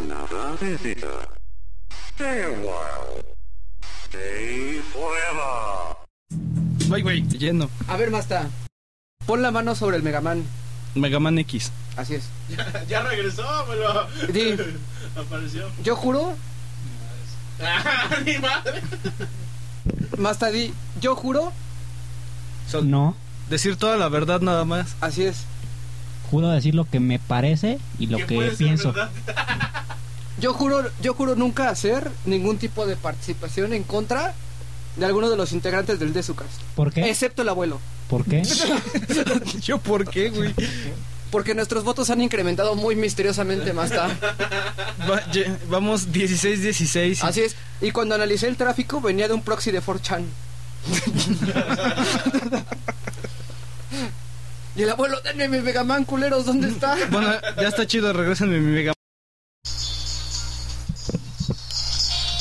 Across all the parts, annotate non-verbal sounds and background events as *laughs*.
another visitor. Stay a while. Stay forever. Ay, güey, lleno. A ver, Masta. Pon la mano sobre el Megaman. Mega Man X. Así es. *laughs* Ya regresó, me lo Sí. *laughs* apareció. Yo *laughs* juro, ¡Ah, mi madre! Masta di, yo juro, No, Decir toda la verdad nada más. así es. juro decir lo que me parece y lo ¿Qué que puede ser pienso. verdad? Yo juro, yo juro nunca hacer ningún tipo de participación en contra de alguno de los integrantes del Desucast. ¿Por qué? Excepto el abuelo. ¿Por qué? *laughs* ¿Yo por qué, güey? Porque nuestros votos han incrementado muy misteriosamente, Masta. Va- ye- vamos 16-16. Así es. Y cuando analicé el tráfico, venía de un proxy de 4chan. *laughs* y el abuelo, denme mi Megaman, culeros, ¿dónde está? Bueno, Ah, ya está chido, regresenme mi Mega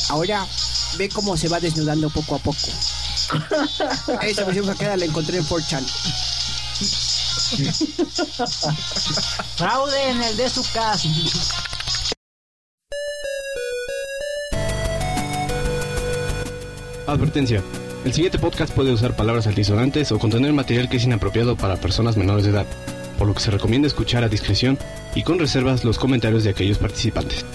Ahora ve cómo se va desnudando poco a *laughs* poco. Esa versión sacada la encontré en 4chan. Fraude en el de su casa. Advertencia. El siguiente podcast puede usar palabras altisonantes o contener material que es inapropiado para personas menores de edad, por lo que se recomienda escuchar a discreción y con reservas los comentarios de aquellos participantes.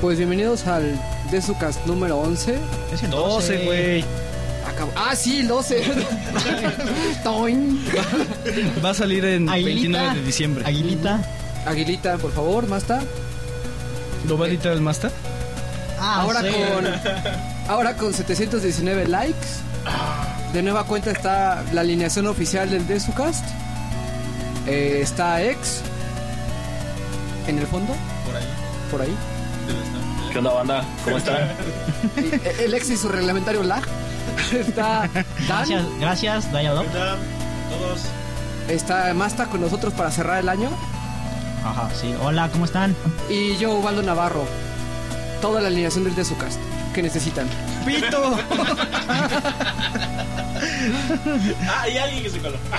Pues bienvenidos al Desucast número 11. Es el 12, güey. Acab- ah, sí, el *laughs* 12. Toin. Va a salir en Aguilita. 29 de diciembre. Aguilita. Aguilita, por favor, Masta. ¿Lo va a editar el Master? Ah, Ahora sí. *laughs* con ahora con 719 likes. De nueva cuenta está la alineación oficial del Desucast. Eh, está X en el fondo, Por ahí. por ahí. ¿Qué onda, banda? ¿Cómo están? Y, eh, *laughs* El ex y su reglamentario lag. *laughs* Está Dan. Gracias, gracias, Dialog. Hola a todos. Está Masta con nosotros para cerrar el año. Ajá, sí. Hola, ¿cómo están? Y yo, Ubaldo Navarro. Toda la alineación del Desucast que necesitan. ¡Pito! Ah, y alguien que se coló. Ah,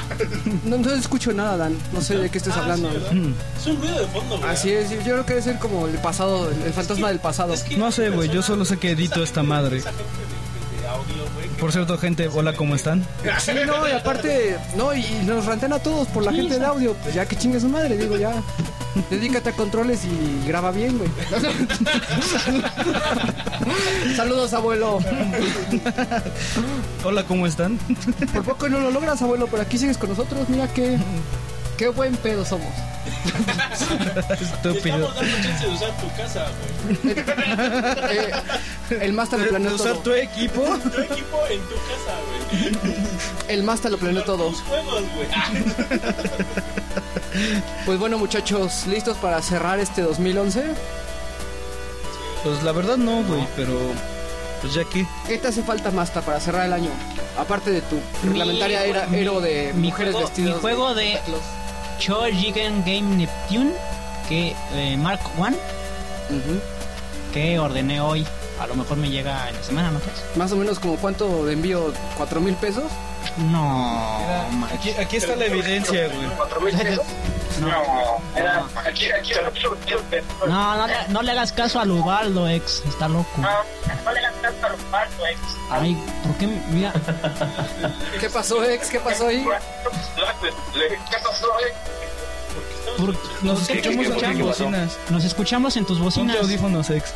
No, no escucho nada, Dan. No sé de qué estés sí, hablando. Mm. ¿verdad? es un ruido de fondo, güey. Así es, yo yo creo que es el como el pasado, el, el fantasma del pasado. Es que No sé, güey, yo solo sé que edito esta madre. esa gente de, de- de audio, güey. que- Por cierto, gente, hola, ¿cómo están? Eh, Sí, no, y aparte, no, y, y nos rantean a todos por la gente de audio. Pues ya que chingue su madre, digo, ya. Dedícate a controles y graba bien, güey. *laughs* Saludos, abuelo. Hola, ¿cómo están? *laughs* Por poco no lo logras, abuelo, pero aquí sigues con nosotros. Mira qué, qué buen pedo somos. Te Estúpido. estamos dando chance de usar tu casa, güey. Eh, el Masta lo planeó Eh, usar todo. tu equipo? Tu equipo en tu casa, güey. El Masta lo planeó todo. Tus juegos, güey. Ah, *laughs* Pues bueno, muchachos, ¿listos para cerrar este 2011? Pues la verdad no, güey, pero... Pues ya que... ¿Qué te Este hace falta, Masta, para cerrar el año? Aparte de tu reglamentaria era héroe de mi mujeres juego- vestidas. mi juego de- Atlas. Shojigen Game Neptune, que eh, Mark One, Ujú. que ordené hoy. A lo mejor me llega en la semana, ¿no crees? Más o menos como cuánto de envío, cuatro mil pesos. No, Aquí, aquí está la evidencia, güey. No, no, no, le- no le hagas caso a Lubaldo, ex. Está loco. Ay, ¿por qué? Mira, ¿Qué pasó, ex? ¿Qué pasó ahí? por- Nos ¿por qué te escuchamos en tus escuchamos? bocinas. Nos escuchamos en tus Ponte bocinas. audífonos, ex.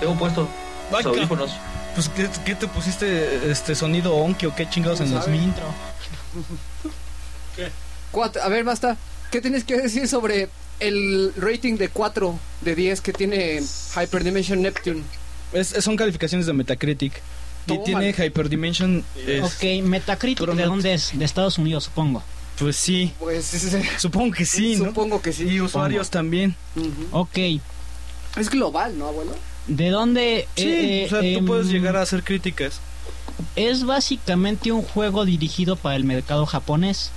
Tengo puesto los audífonos. Pues, ¿qué, qué te pusiste? Este sonido onky o qué chingados en los ¿Sabe? min? Cuatro- a ver, Masta, ¿qué tienes que decir sobre el rating de 4 de 10 que tiene Hyperdimension Neptune? Es, es- son calificaciones de Metacritic. Tómala. Y tiene Hyperdimension. es- Ok, Metacritic, Pero ¿de no- dónde es? De Estados Unidos, supongo. Pues sí. Pues *laughs* Supongo que sí, ¿no? supongo que sí. Y usuarios también. Ujú. Ok, Es global, ¿no, abuelo? ¿De dónde? Sí, eh, o sea, em, tú puedes llegar a hacer críticas. Es básicamente un juego dirigido para el mercado japonés.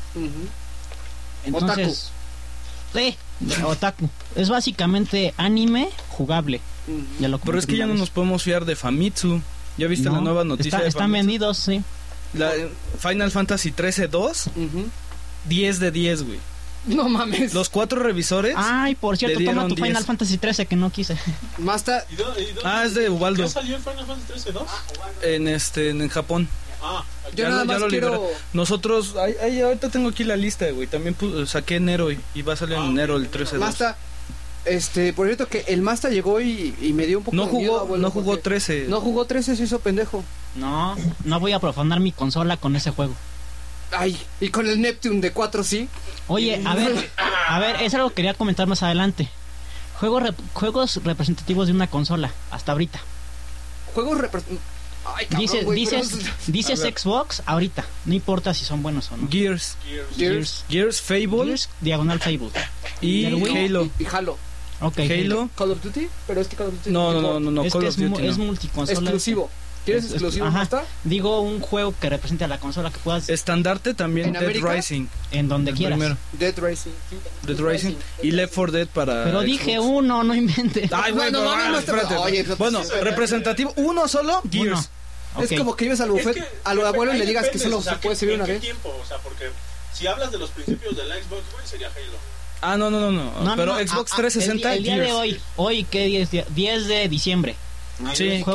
Entonces, Sí, otaku. Es básicamente anime jugable. Ya lo Pero es que ya no nos podemos fiar de Famitsu. ¿Ya viste la nueva noticia? de están Famitsu? vendidos, sí. La- eh, Final Fantasy 13 2, 10 de 10, güey. *laughs* No mames. Los cuatro revisores. Ah, Ay, por cierto, Le toma dieron tu 10. Final Fantasy 13 que *laughs* no quise. Más ta- ¿Y dónde- y dónde- Ah, es de Ubaldo. ¿Ya salió el Final Fantasy 13-2? En este, en Japón. Ah, aquí. Yo Ya nada lo- ya más lo quiero. liberaron. Nosotros, ay, ay, ahorita tengo aquí la lista, güey. También pu- saqué enero y, y va a Ah, salir en enero el 13 2. Masta. Este, por cierto, que el Masta llegó y, y me dio un poco No de miedo, jugó, abuelo, no jugó porque- 13. No jugó 13, se hizo pendejo. No, no voy a profanar mi consola con ese juego. Ay, y con el Neptune de 4 sí. Oye, a ver, a ver, es algo que quería comentar más adelante. Juegos, rep- juegos representativos de una consola, hasta ahorita. Juegos repre- Ay, cabrón, Dices, güey, pero- dices, *laughs* dices Xbox ahorita, no importa si son buenos o no. Gears. Gears, Gears, Fable Gears, diagonal Fable. y y el Wii. Halo. Y Halo. Ok. Halo. Call of Duty, pero es que Call of Duty No, no, no, no, no, es Call que of es, mu- Duty no. es multiconsola. exclusivo. ¿Quieres Es- es- exclusivo, ajá. Masta? Digo un juego que represente a la consola que puedas Estandarte también ¿En Dead América? Rising. en donde el quieras. primero. Dead Racing. Dead Rising y Left 4 Dead para Pero Ah, Xbox. dije uno, no inventes. Ay, güey, No, pero, no, no, no, ah, no, espérate. no, oye, no, bueno, sí, representativo uno solo Gears. Ok. Es como que ibes al Es buffet, que- al depende- abuelo y le ahí digas que depende, solo o sea, se puede ¿qué- servir en una qué vez. tiempo? O sea, porque si hablas de los principios de la Xbox, güey, sería Halo. Ah, no, no, no, no. No, no, pero no, Xbox a- a- 360 El, día- el día Gears. de hoy, hoy que 10, de- 10 de diciembre Sí, juego Ah, que esto,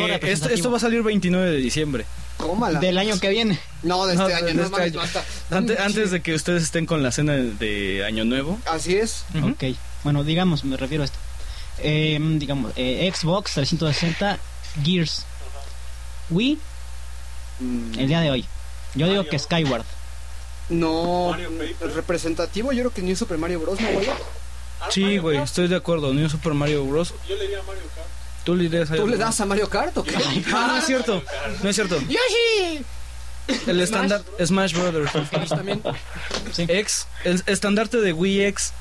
representativo. esto va a salir 29 de diciembre. Tómala. del año que viene. No, de este No, de- año, de no este mames, año. Masta. Ah, Antes, antes de que ustedes estén con la cena de Año Nuevo. Así es. Ujú. Ok, bueno, digamos, me refiero a esto. Eh, digamos, eh, Xbox 360, Gears, Wii, el día de hoy. Yo digo que Skyward. No, Mario Paper. representativo, yo creo que ni un Super Mario Bros, ¿no, abuelo? Ah, Sí, güey, estoy de acuerdo. Ni un Super Mario Bros. Yo le diría a Mario Kart. Tú le dirías a ¿Tú le das a Mario Kart o qué? Ah, no es cierto. No es cierto. ¡Yoshi! El estándar Smash Brothers. También. X, el estandarte de Wii X.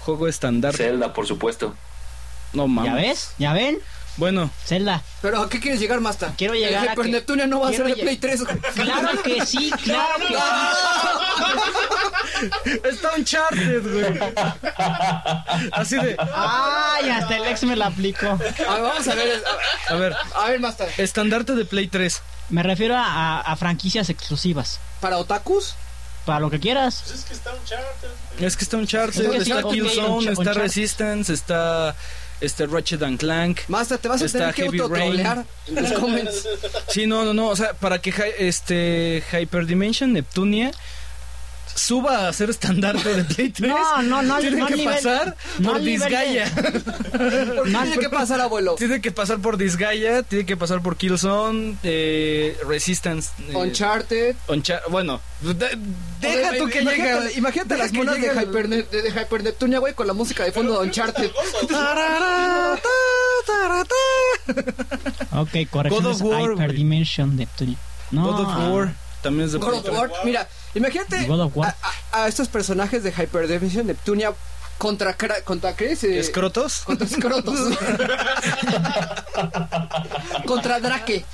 Juego estandarte. Zelda, por supuesto. No ¿Ya mames. ves? ¿Ya ven? Bueno, Zelda. Pero ¿a qué quieres llegar, Masta? Quiero llegar El a Hyper que- Neptunia no va a ser quiero de lle- Play 3. Claro que sí, *laughs* claro que sí. está Uncharted, güey. *laughs* Así de, Ay, hasta el ex me la aplicó. A ver, vamos a ver. a- a ver, A ver, Masta. estandarte de Play 3. Me refiero a, a franquicias exclusivas. ¿Para otakus? Para lo que quieras. Pues es que está un Es que está Uncharted, Es que sí, está ok, Killzone, Uncha- está Uncharted. Resistance, está este Ratchet and Clank. Masta, te vas a Está tener que Heavy *laughs* autotrolear en tus comments. Sí, no, no, no, o sea, para que hi- este Hyperdimension Neptunia suba a ser estandarte de Play 3. No, no, no, tiene no que al nivel- pasar no por al nivel Disgaea. ¿Por qué tiene que pasar, abuelo? *laughs* Tiene que pasar por Disgaea, tiene que pasar por Killzone, eh, Resistance. eh, Uncharted. Unchar- bueno, de- deja Oye, tú que imagínate- llegue. Imagínate deja las que monas de llegue el- Hyper, Ne- de, de Hyper Neptunia, güey, con la música de *laughs* fondo de Uncharted. Tarara, ta, tarara, ta. Ok, corrección. God of es War, güey. Hyperdimension Neptunia. No. God of War también es de God of War. Mira, imagínate God of War. A, a- a estos personajes de Hyper Dimension Neptunia contra, Cra- contra ¿qué es? Eh, *laughs* Escrotos. contra *laughs* escrotos. contra Drake.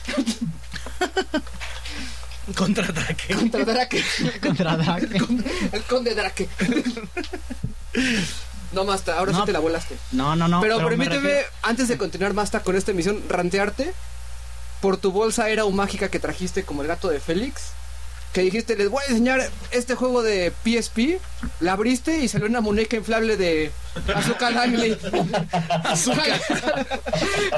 Contraataque. Contra Drake. *laughs* Contra Drake. El conde Drake. No, Masta, ahora sí No. te la volaste. No, no, no. pero, me permíteme, refiero- antes de continuar, Masta, con esta emisión, rantearte por tu bolsa era un mágica que trajiste como el gato de Félix. Que dijiste, les voy a enseñar este juego de PSP. La abriste y salió una muñeca inflable de Azúcar Langley. *laughs* Azúcar.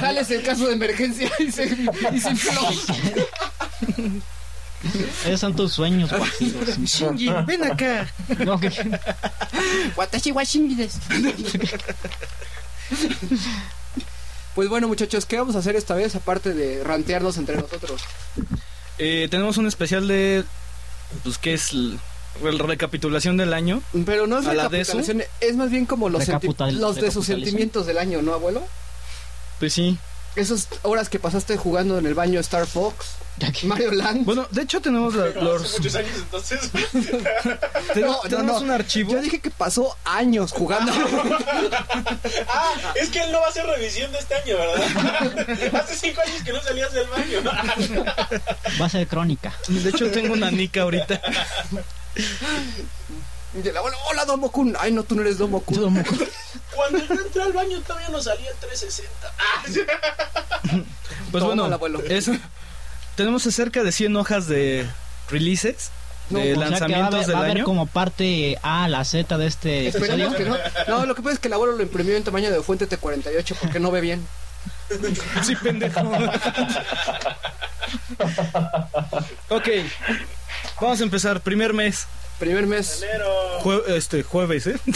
Jales el caso de emergencia y se, y se infló. Esos son tus sueños, *laughs* guajiros. Shinji, ven acá. Ok. Watashi wa Shinji desu. Pues bueno, muchachos, ¿qué vamos a hacer esta vez aparte de rantearnos entre nosotros? Eh, tenemos un especial de. Pues que es. l- La recapitulación del año. Pero no es ¿A la de su? recapitulación, es más bien como los, senti- Recapital- los de sus recapitalización. sentimientos del año, ¿no, abuelo? Pues sí. esas horas que pasaste jugando en el baño Star Fox, Mario Land. Bueno, de hecho tenemos la- Pero hace los... muchos años entonces. *laughs* ten- tenemos un archivo. Yo dije que pasó años jugando. ah, es que él no va a hacer revisión de este año, ¿verdad? hace cinco años que no salías del baño. Va a ser *laughs* crónica. De hecho tengo una nica ahorita. *laughs* Y el abuelo, hola Domo Kun. Ay, no, tú no eres Domo Kun. Cuando yo entré al baño todavía no salía el 360. Ah, sí. Pues Toma, el bueno, abuelo. es- tenemos cerca de 100 hojas de releases, de O sea pues que lanzamientos va a haber, del va a haber año. como parte A a la Z de este Esperemos episodio. que no. No, lo que pasa es que el abuelo lo imprimió en tamaño de fuente T48 porque no ve bien. *laughs* Sí, pendejo. ok, vamos a empezar. Primer mes, Primer mes. Enero. jue- este jueves, ¿eh? El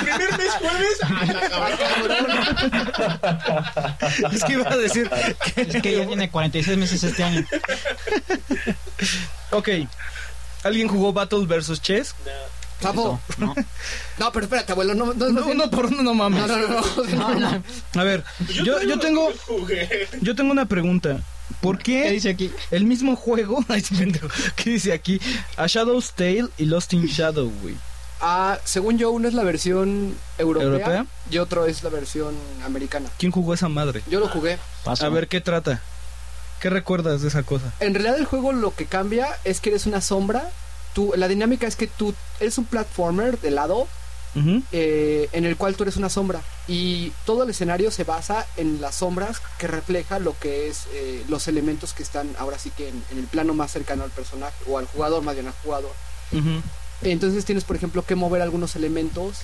primer mes jueves. Ah, *laughs* es que iba a decir Es que ya tiene 46 meses este año. Ok. ¿Alguien jugó Battle vs. Chess? Sapo. No. *laughs* No, pero espérate, abuelo. No, no, no. No, uno por uno, no No, mames. no, no, no, no, no. A ver, yo, yo, tengo, Jugué. yo tengo una pregunta. ¿Por ¿Qué qué dice aquí? el mismo juego, *laughs* ay, sí, pendejo, ¿qué dice aquí? A Shadow's Tale y Lost in Shadow, güey. Ah, según yo, uno es la versión europea, ¿Europea? y otro es la versión americana. ¿Quién jugó esa madre? Yo lo jugué. Paso. A ver, ¿qué trata? ¿Qué recuerdas de esa cosa? En realidad el juego lo que cambia es que eres una sombra. Tú, la dinámica es que tú eres un platformer de lado Ujú. eh, en el cual tú eres una sombra. Y todo el escenario se basa en las sombras que refleja lo que es eh, los elementos que están ahora sí que en, en el plano más cercano al personaje o al jugador, más bien al jugador. Ujú. Entonces tienes, por ejemplo, que mover algunos elementos.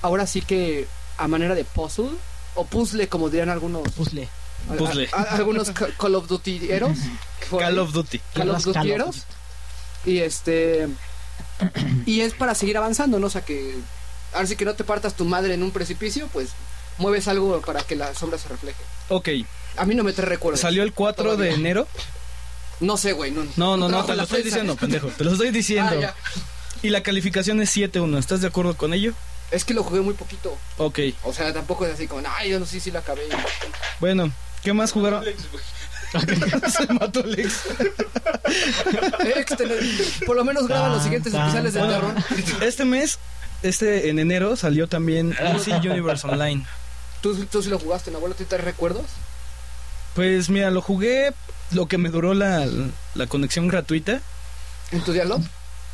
Ahora sí que a manera de puzzle o puzzle, como dirían algunos. Puzzle. a- a- Puzzle. a- algunos ca- Call of Duty eros. Call of Duty. Call of Call of Duty eros. Y este. Y es para seguir avanzando, ¿no? O sea que. Ahora sí que no te partas tu madre en un precipicio, pues mueves algo para que la sombra se refleje. Ok, A mí no me te recuerdo. salió el 4 de Todavía. enero. No sé, güey. No, No, no, no, trabajo te lo en la estoy prensa. diciendo, pendejo. Te lo estoy diciendo. Ah, ya. Y la calificación es 7-1. ¿Estás de acuerdo con ello? Es que lo jugué muy poquito. Ok, O sea, tampoco es así como, ay, yo no sé si lo acabé. *laughs* bueno. ¿Qué más jugaron? *laughs* Alex, güey. Se mató Lex. Ex, te- por lo menos graba los siguientes Tan, especiales de tan, terror. Este mes, este en enero salió también DC Universe Online. ¿Tú, tú sí lo jugaste, ¿no, abuelo? ¿Tú te recuerdos? Pues mira, lo jugué lo que me duró la, la conexión gratuita. ¿En tu diálogo?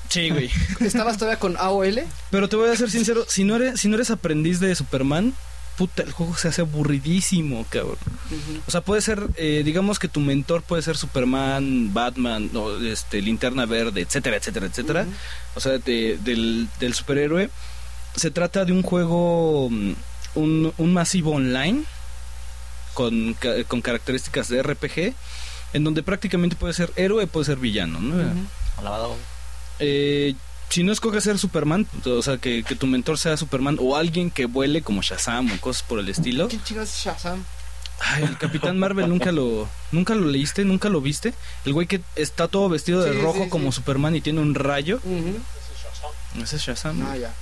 Sí, güey. ¿Estabas todavía con AOL? Pero te voy a ser sincero, si no eres, si no eres aprendiz de Superman, puta, el juego se hace aburridísimo, cabrón. O sea, puede ser, eh, digamos que tu mentor puede ser Superman, Batman, o, este, Linterna Verde, etcétera, etcétera, etcétera. Ujú. O sea, de- del, del superhéroe. Se trata de un juego, mm, un, un masivo online, con, ca- con características de RPG, en donde prácticamente puede ser héroe, puede ser villano, ¿no? Alabado. Eh, si no escoges ser Superman, o sea, que, que tu mentor sea Superman o alguien que vuele como Shazam o cosas por el estilo. ¿Qué chingas es Shazam? Ay, el Capitán Marvel nunca lo nunca lo leíste, nunca lo viste. El güey que está todo vestido de Sí, rojo sí, como sí. Superman y tiene un rayo. Ujú. Ese es Shazam. Ah, ya.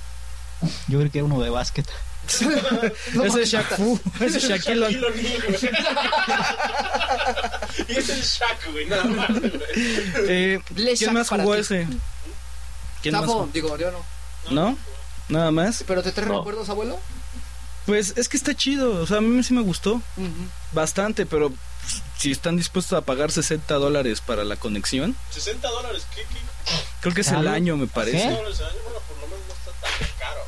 Yo creo que uno de básquet. *laughs* No, Ese es Shaq Fu, *laughs* ese es Shaquille O'Neal. Shaquille O'Neal, güey. Y es el Shaq, güey, nada más, güey. Eh, Le ¿Quién Shaq más para jugó ti. ese? ¿Quién más? Safo, jugó? digo, yo no. ¿No? Nada más. ¿Pero te traes No. recuerdos, abuelo? Pues es que está chido, o sea, a mí sí me gustó Ujú. bastante, pero pues, si están dispuestos a pagar 60 dólares para la conexión, 60 dólares, ¿qué? ¿Qué? creo que es el Claro. año, me parece. ¿Eh? dólares al año? Bueno, por lo menos no está tan caro.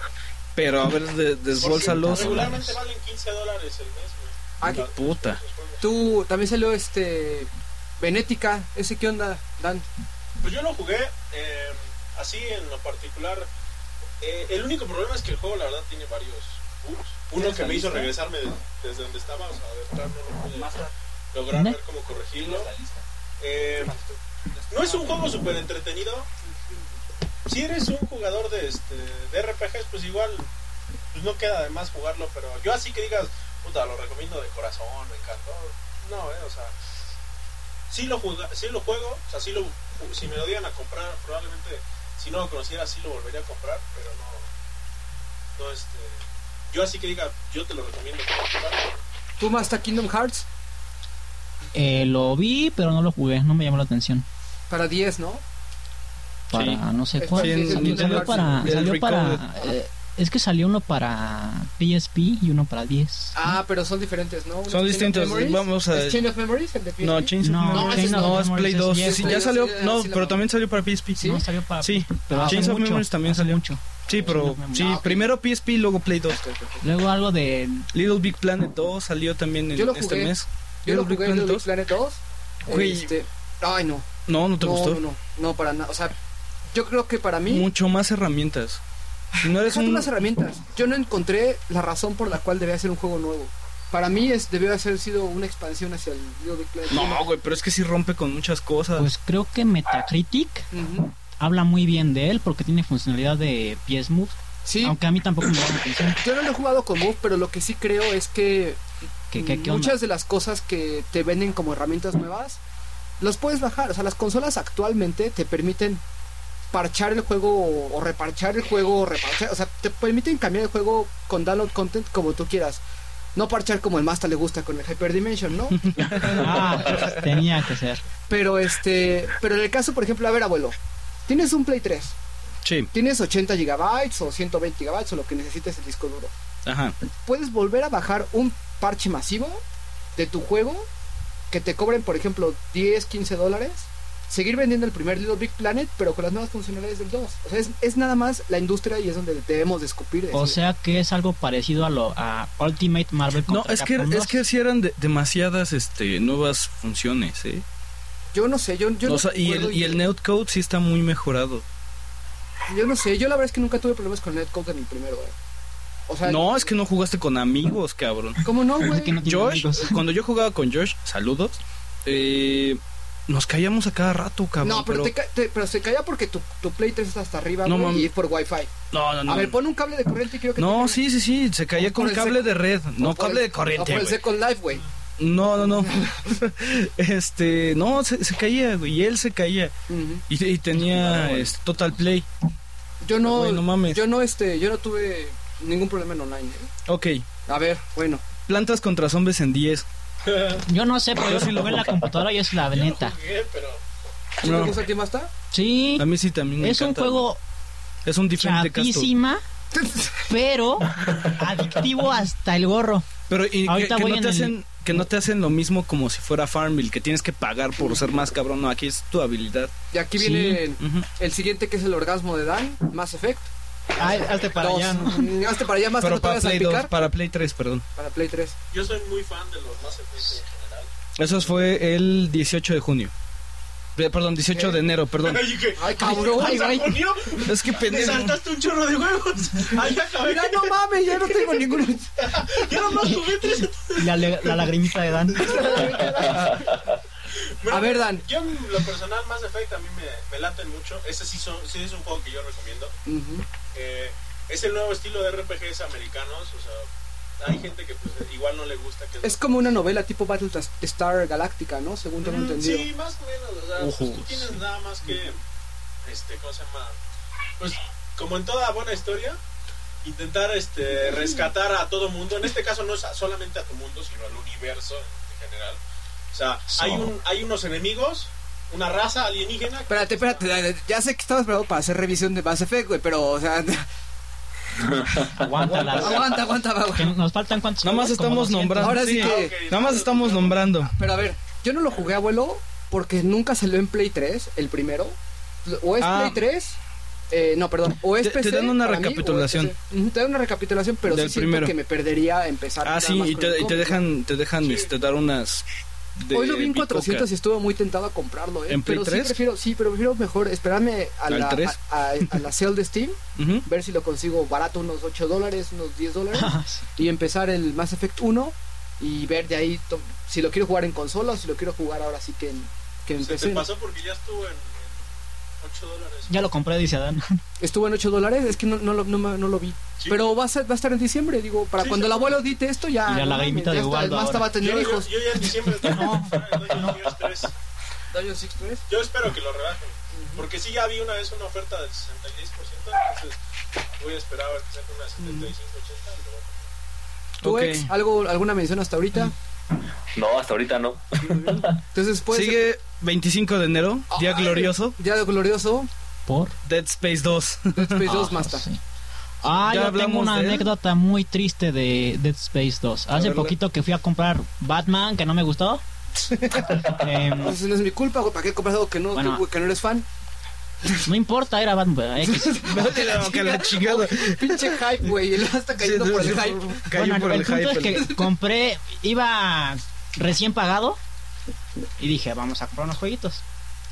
Pero a ver, de- Porque desbólsalos. Regularmente valen 15 dólares el mes, güey. Ah, que- Puta. tú, también salió este... Venética, ese qué onda, Dan. Pues yo lo jugué eh, así en lo particular. Eh, el único problema es que el juego, la verdad, tiene varios bugs. Uno que me hizo regresarme de- desde donde estaba, o sea, de verdad no lo pude lograr ver cómo corregirlo. Eh, no es un juego súper entretenido. Si eres un jugador de, este, de RPGs, pues igual pues no queda de más jugarlo, pero yo así que digas, puta, lo recomiendo de corazón, me encantó. No, eh, o sea, sí lo, juga- sí lo juego, o sea, sí lo, si me lo dieran a comprar, probablemente si no lo conociera, sí lo volvería a comprar, pero no, no, este, yo así que diga, yo te lo recomiendo. que lo compras, ¿Tú más hasta Kingdom Hearts? Eh, lo vi, pero no lo jugué, no me llamó la atención. Para 10, ¿no? Para Sí. no sé Está cuál. bien, Salió, el salió Nintendo para. Arts- el salió Recorded. para eh, es que salió uno para PSP y uno para 10. Ah, pero son diferentes, ¿no? Son Uno es Chain of distintos, Memories. vamos a- ¿Es Chain of Memories el de PSP? No, Chains of No, Memory. Chains of No, es Memory, Play ese 2. es Sí, viejo. ya salió. Sí, sí, No, sí, la pero mamá. también salió para PSP. ¿Sí? No salió para. Sí, pero hace Chains of mucho, Memories también hace salió. mucho. Sí, pero Chains of sí, Ah, Memories. primero PSP y luego Play 2. Luego algo de. pues, Little Big Planet 2 salió también en Yo lo este jugué. mes. Yo lo Little Big jugué en Planet Little Big 2. Planet 2. Güey. Este, ay, no. No, no te no, gustó. No, no, no, para nada. O sea, yo creo que para mí... Mucho más herramientas. Si no eres Déjate un unas herramientas. Yo no encontré la razón por la cual debía ser un juego nuevo. Para mí es, debió haber sido una expansión hacia el Little Big Planet. No, güey, pero es que sí rompe con muchas cosas. Pues creo que Metacritic Ujú. habla muy bien de él porque tiene funcionalidad de PS Move. Sí, Aunque a mí tampoco me llama la atención. yo no lo he jugado con Move, pero lo que sí creo es que Que, que, que onda. muchas de las cosas que te venden como herramientas nuevas, los puedes bajar. O sea, las consolas actualmente te permiten parchar el juego o reparchar el juego o reparchar. O sea, te permiten cambiar el juego con download content como tú quieras. No parchar como el Masta le gusta con el Hyperdimension, *laughs* ¿no? Ah, pues, tenía que ser. Pero este, pero en el caso, por ejemplo, a ver, abuelo, tienes un Play 3, Sí, tienes 80 gigabytes o 120 gigabytes o lo que necesites el disco duro. ajá. Puedes volver a bajar un parche masivo de tu juego que te cobren, por ejemplo, 10, 15 dólares. Seguir vendiendo el primer Little Big Planet, pero con las nuevas funcionalidades del 2. O sea, es, es nada más la industria y es donde debemos de escupir. O decir, sea que es algo parecido a lo a Ultimate Marvel No, contra es que Capcom es 2. que sí eran de- demasiadas este nuevas funciones, ¿eh? yo no sé, yo, yo, O sea, no y el recuerdo y el netcode sí está muy mejorado. yo no sé, yo la verdad es que nunca tuve problemas con el netcode en mi primero, güey. O sea, No, es que no jugaste con amigos, cabrón. ¿cómo no, güey? Es que no tiene Josh, amigos. cuando yo jugaba con Josh, saludos. eh, nos caíamos a cada rato, cabrón. No, pero, Te, ca- te- pero se caía porque tu, tu Play 3 está hasta arriba No, güey, mami. y es por Wi-Fi. No, no, no. A ver, pon un cable de corriente y quiero que no, te- sí, sí, sí. Se caía O con por el cable sec- de red. o No por cable el- de corriente. O por el güey. Second Life, güey. No, no, *laughs* no. este, no, se, se caía, güey. Y él se caía. Ujú. Y, y tenía este, Total Play. Yo no, Güey, no mames. yo no, este, yo no tuve ningún problema en online. ¿eh? Ok. A ver, bueno. Plantas contra zombies en 10. Yo no sé, pero yo si lo veo en la computadora y es la neta. Jugué, pero. ¿Sí No. ¿Te gusta quién más está? Sí, A mí sí también me es un encanta. juego Es un diferente casto. chapísima, pero adictivo hasta el gorro. Pero y que, Ahorita que voy no en te el- hacen que no te hacen lo mismo como si fuera Farmville, que tienes que pagar por ser más cabrón. No, aquí es tu habilidad. *laughs* Y aquí Sí. viene el, Ujú. el siguiente que es el orgasmo de Dan, Mass Effect. Ay, hazte para Dos. allá, ¿no? Mm, *laughs* Hazte para allá más Pero no te para vayas a Play 2, picar. para Play 3, perdón. Para Play 3. Yo soy muy fan de los más efectos en general. Eso fue el 18 de junio. Eh, Perdón, 18 de enero, perdón. Ay, que. *laughs* Ay, cabrón. Ay, güey. Antonio, Es que te pendejo. saltaste un chorro de huevos. Ay, acabé. Mira, no mames, ya no *laughs* tengo ninguno. Yo nomás jugué tres. Y la, le- la lagrimita de Dan. Bueno, A ver, Dan. Yo, en lo personal, más Effect a mí me, me laten mucho. Ese sí, son, sí es un juego que yo recomiendo. Ujú. Eh, es el nuevo estilo de RPGs americanos. O sea, hay gente que pues, igual no le gusta. Que Es como una novela tipo Battlestar Galáctica, ¿no? Según tengo Mm, entendido. Sí, más o menos. O sea, pues, tú tienes nada más que. Este, ¿Cómo se llama? Pues, como en toda buena historia, intentar este, rescatar a todo mundo. En este caso, no es a- solamente a tu mundo, sino al universo en general. O sea, hay, un, hay unos enemigos, una raza alienígena. Espérate, espérate, ya- ya sé que estabas preparado para hacer revisión de Mass Effect, güey, pero, o sea, *laughs* Aguántalas. aguanta, aguanta, va, Que güey. nos faltan cuántos. Nada más juegos? Como estamos 200. nombrando. Ahora sí. sí que- Nada más estamos nombrando. Pero a ver, yo no lo jugué, abuelo, porque nunca salió en Play 3, el primero. O es Ah. Play 3, eh, no, perdón, o es Te- te PC, dan una para mí, o es recapitulación. PC. Ujú, te dan una recapitulación, pero Del sí siento primero. que me perdería empezar. Ah, nada sí, más y con te, el y te cómic, dejan, te dejan Sí. este, dar unas. de ¿no? Hoy lo vi en bicoca. 400 y estuve muy tentado a comprarlo, ¿eh? ¿En Play pero 3? Sí, prefiero, sí, pero prefiero mejor esperarme a ¿Al la, 3? a- a- a la sale de Steam, Ujú. ver si lo consigo barato, unos 8 dólares, unos 10 dólares. Ah, sí. y empezar el Mass Effect 1 y ver de ahí to- si lo quiero jugar en consola o si lo quiero jugar ahora sí que en, que en Se PC. te ¿no? pasó porque ya estuvo en, en 8 dólares. *laughs* Ya lo compré, dice Dan. Estuvo en 8 dólares, es que no, no, lo, no, me- no lo vi. Sí. Pero va a, ser- va a estar en diciembre, digo, para Sí, cuando sí. el abuelo edite esto ya. no Y la mames, lagrimita de ya está, Waldo el Masta ahora. va a tener Yo, yo, hijos. yo ya en *laughs* diciembre estoy no, Dungeon Six Tres. Yo espero que lo rebajen. Porque sí, ya vi una vez una oferta del 66%, Mm. entonces voy a esperar a ver que saque una 75-80 y lo voy a comprar. ¿Tú, Ok. ex, algo, alguna mención hasta Mm. ahorita? No, hasta ahorita no. Entonces, pues. ah, Sigue 25 de enero, día Ay, glorioso, Día glorioso. *laughs* ¿Por? Dead Space *laughs* 2. Dead Space 2 Ah, más tarde. sí. Ah, Ya yo tengo hablamos una de él. anécdota muy triste de Dead Space 2. Hace verla. poquito que fui a comprar Batman, que no *laughs* me gustó. Em, Entonces no es mi culpa, güey. ¿Para qué compras algo que no, Bueno. que, güey, que no eres fan? no importa, era Batman. X. Vete *laughs* la boca a la chingada. Pinche hype, güey. Y luego está cayendo por el hype. Cayó Bueno, por el, el punto es hype. que compré, iba recién pagado y dije, vamos a comprar unos jueguitos.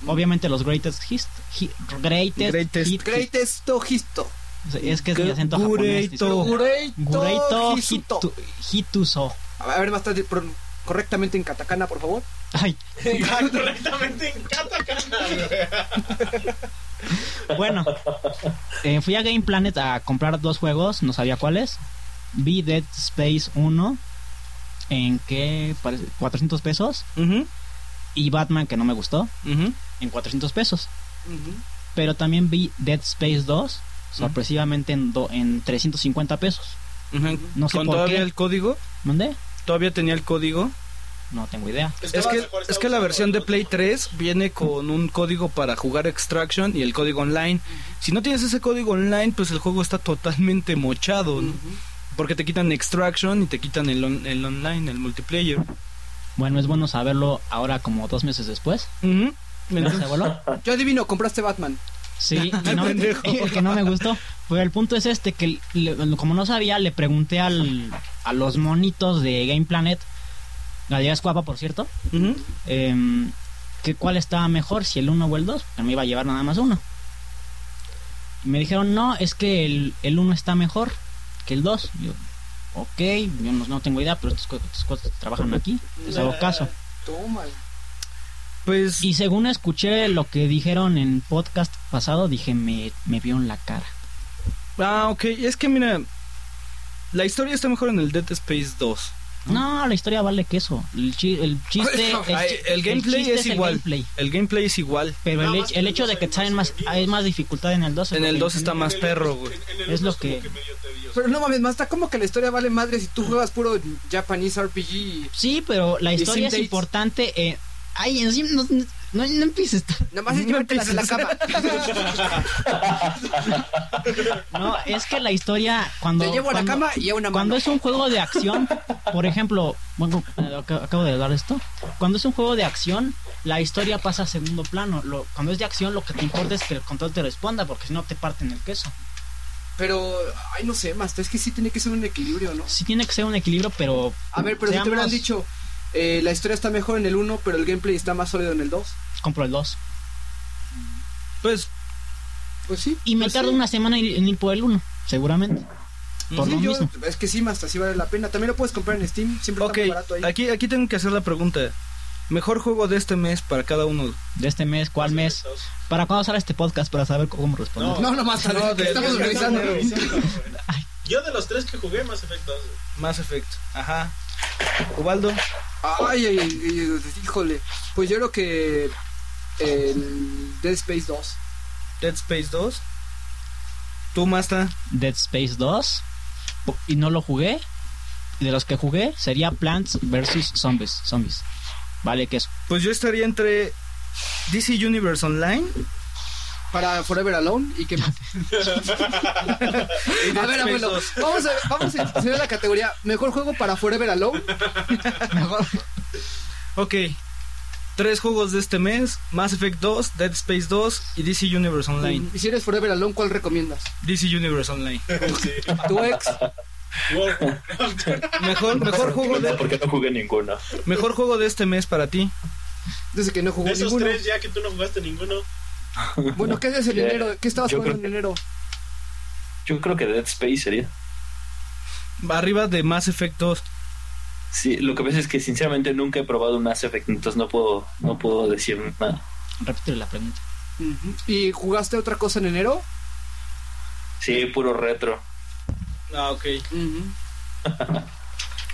Obviamente los Greatest Hits. greatest, Mm. Greatest. Hit- Greatest Tojisto. Es que es mi acento japonés. Greatest. disculpa. Gureito Gureito Hisuto. Hitu- Hituso. *laughs* A ver, más tarde, pro- correctamente en katakana, por favor. Ay, Ah, *laughs* Directamente en Katakana, güey. bueno. Eh, fui a Game Planet a comprar dos juegos, no sabía cuáles. Vi Dead Space 1 en que parece 400 pesos Ujú, y Batman que no me gustó ujú. en 400 pesos. pero también vi Dead Space 2 sorpresivamente en, do- en 350 pesos. Ujú. No sé ¿Con por todavía qué. el código? ¿Mandé? ¿Todavía tenía el código? No tengo idea. Es que, es que la versión de Play 3 viene con un código para jugar Extraction y el código online. Si no tienes ese código online, pues el juego está totalmente mochado. ¿no? Porque te quitan Extraction y te quitan el, on- el online, el multiplayer. Bueno, es bueno saberlo ahora como dos meses después. Ujú. Gracias, abuelo. Yo adivino, compraste Batman. *laughs* Sí, y no- Pendejo. el *laughs* que no me gustó. Pero el punto es este, que le- como no sabía, le pregunté al, a los monitos de Game Planet, la idea es guapa, por cierto, Ujú. em, que cuál estaba mejor, si el 1 o el 2, que me iba a llevar nada más uno. Y me dijeron, no, es que el, el 1 está mejor que el 2. Yo, ok, yo no, no tengo idea, pero estos, cu- estos cuates trabajan aquí, les hago caso. Toma. Pues Y según escuché lo que dijeron en podcast pasado, dije, me, me vieron la cara. Ah, ok. Es que mira, la historia está mejor en el Dead Space 2. No, la historia vale que eso. El, chi- el chiste. *laughs* El, Ay, chi- el gameplay chiste es el igual. gameplay. El gameplay es igual. Pero Nada el, más hech- que el en el hecho de dos que hay traen más más, hay más dificultad en el 2. es En lo el que 2 está entendí. más perro, güey. Es lo que- Pero no mames, más está como que la historia vale madre si tú juegas puro Japanese RPG. y- Sí, pero la Y historia es Sim Dates. importante. eh, ay, encima no, no, no empieces. t- Nada más es llevártelas a la *laughs* cama. No, es que la historia. Cuando, Te llevo a la cuando- cama y a una Cuando mano. es un juego de acción, por ejemplo, bueno, eh, ac- acabo de hablar de esto. Cuando es un juego de acción, la historia pasa a segundo plano. Lo- cuando es de acción, lo que te importa es que el control te responda, porque si no te parten el queso. Pero, ay, no sé, más es que sí tiene que ser un equilibrio, ¿no? Sí tiene que ser un equilibrio, pero... A ver, pero si te seamos- hubieran dicho, eh, la historia está mejor en el 1, pero el gameplay está más sólido en el 2. Compro el 2. Pues, Pues sí. Y me pues tardo sí. Pues una semana en ir- en ir por el 1, seguramente. Por Sí, lo yo- mismo. Es que sí, más así vale la pena. También lo puedes comprar en Steam, siempre ok. está muy barato ahí. Aquí, aquí tengo que hacer la pregunta. Mejor juego de este mes para cada uno. De este mes, ¿cuál Pues mes? ¿Para cuándo sale este podcast? Para saber cómo responder. No, no, más No, de- de- estamos de- organizando. Yo de los tres que jugué, más efectos. Más efecto. Ajá. Ubaldo. Ay, ay, ay, híjole. Pues yo creo que el Dead Space 2. Dead Space 2. Tú, Masta. Dead Space 2. po- Y no lo jugué. De los que jugué, sería Plants vs. Zombies. Zombies. Vale, que eso. Pues yo estaría entre DC Universe Online. Para Forever Alone y qué más. *laughs* a ver, abuelo, vamos a, vamos a seleccionar la categoría mejor juego para Forever Alone. Mejor- Ok. Tres juegos de este mes. Mass Effect 2, Dead Space 2 y DC Universe Online. Y si eres Forever Alone, ¿cuál recomiendas? DC Universe Online. Tu ex, *laughs* Mejor, mejor juego de... porque no jugué ninguna. Mejor juego de este mes para ti. desde que no jugó De esos ninguno. tres, ya que tú no jugaste ninguno. Bueno, ¿qué haces en Ya, enero? ¿Qué estabas yo jugando creo en enero? Yo creo que Dead Space sería. Arriba de Mass Effect 2. Sí, lo que pasa es que sinceramente nunca he probado un Mass Effect, entonces no puedo, no puedo decir nada. Repítele la pregunta. Ujú. ¿Y jugaste otra cosa en enero? Sí, puro retro. Ah, ok. *laughs*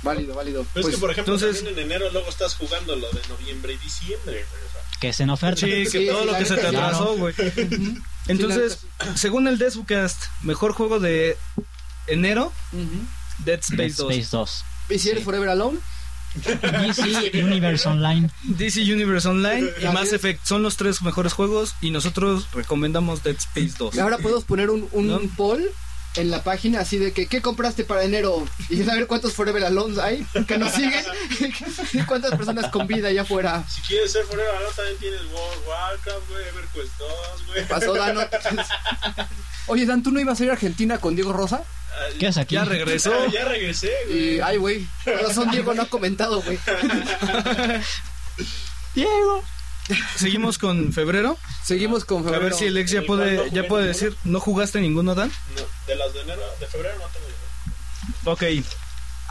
válido, válido. Pero es Pues, que, por ejemplo, entonces- también en enero luego estás jugando lo de noviembre y diciembre. güey, o sea. Que es en oferta. Sí, que Sí, todo sí, lo la que se te neta, sí. atrasó, güey. ujú. Entonces, según el Desucast, mejor juego de enero, Dead Space 2. Space 2. ¿Hicieron Sí. Forever Alone? DC Universe Online. DC Universe Online y Así Mass es. Effect son los tres mejores juegos y nosotros recomendamos Dead Space 2. Ahora podemos poner un, un ¿No? poll en la página así de que ¿qué compraste para enero? Y saber cuántos Forever Alone hay que nos siguen *laughs* y cuántas personas con vida allá afuera. Si quieres ser Forever Alone, también tienes World of Warcraft, güey, EverQuest 2, güey. Pasó Dano. Oye, Dan, ¿tú no ibas a ir a Argentina con Diego Rosa? Ah, ¿Qué haces aquí? Ya regresó. ah, ya regresé, güey. Y, ay, güey, razón Diego no ha comentado, *laughs* güey. Diego. Seguimos con febrero. Seguimos con A febrero. ver si el ex ya El cual no puede, jugué ya puede ninguno. decir, ¿no jugaste ninguno, Dan? No, de las de enero, de febrero no tengo dinero. Ok,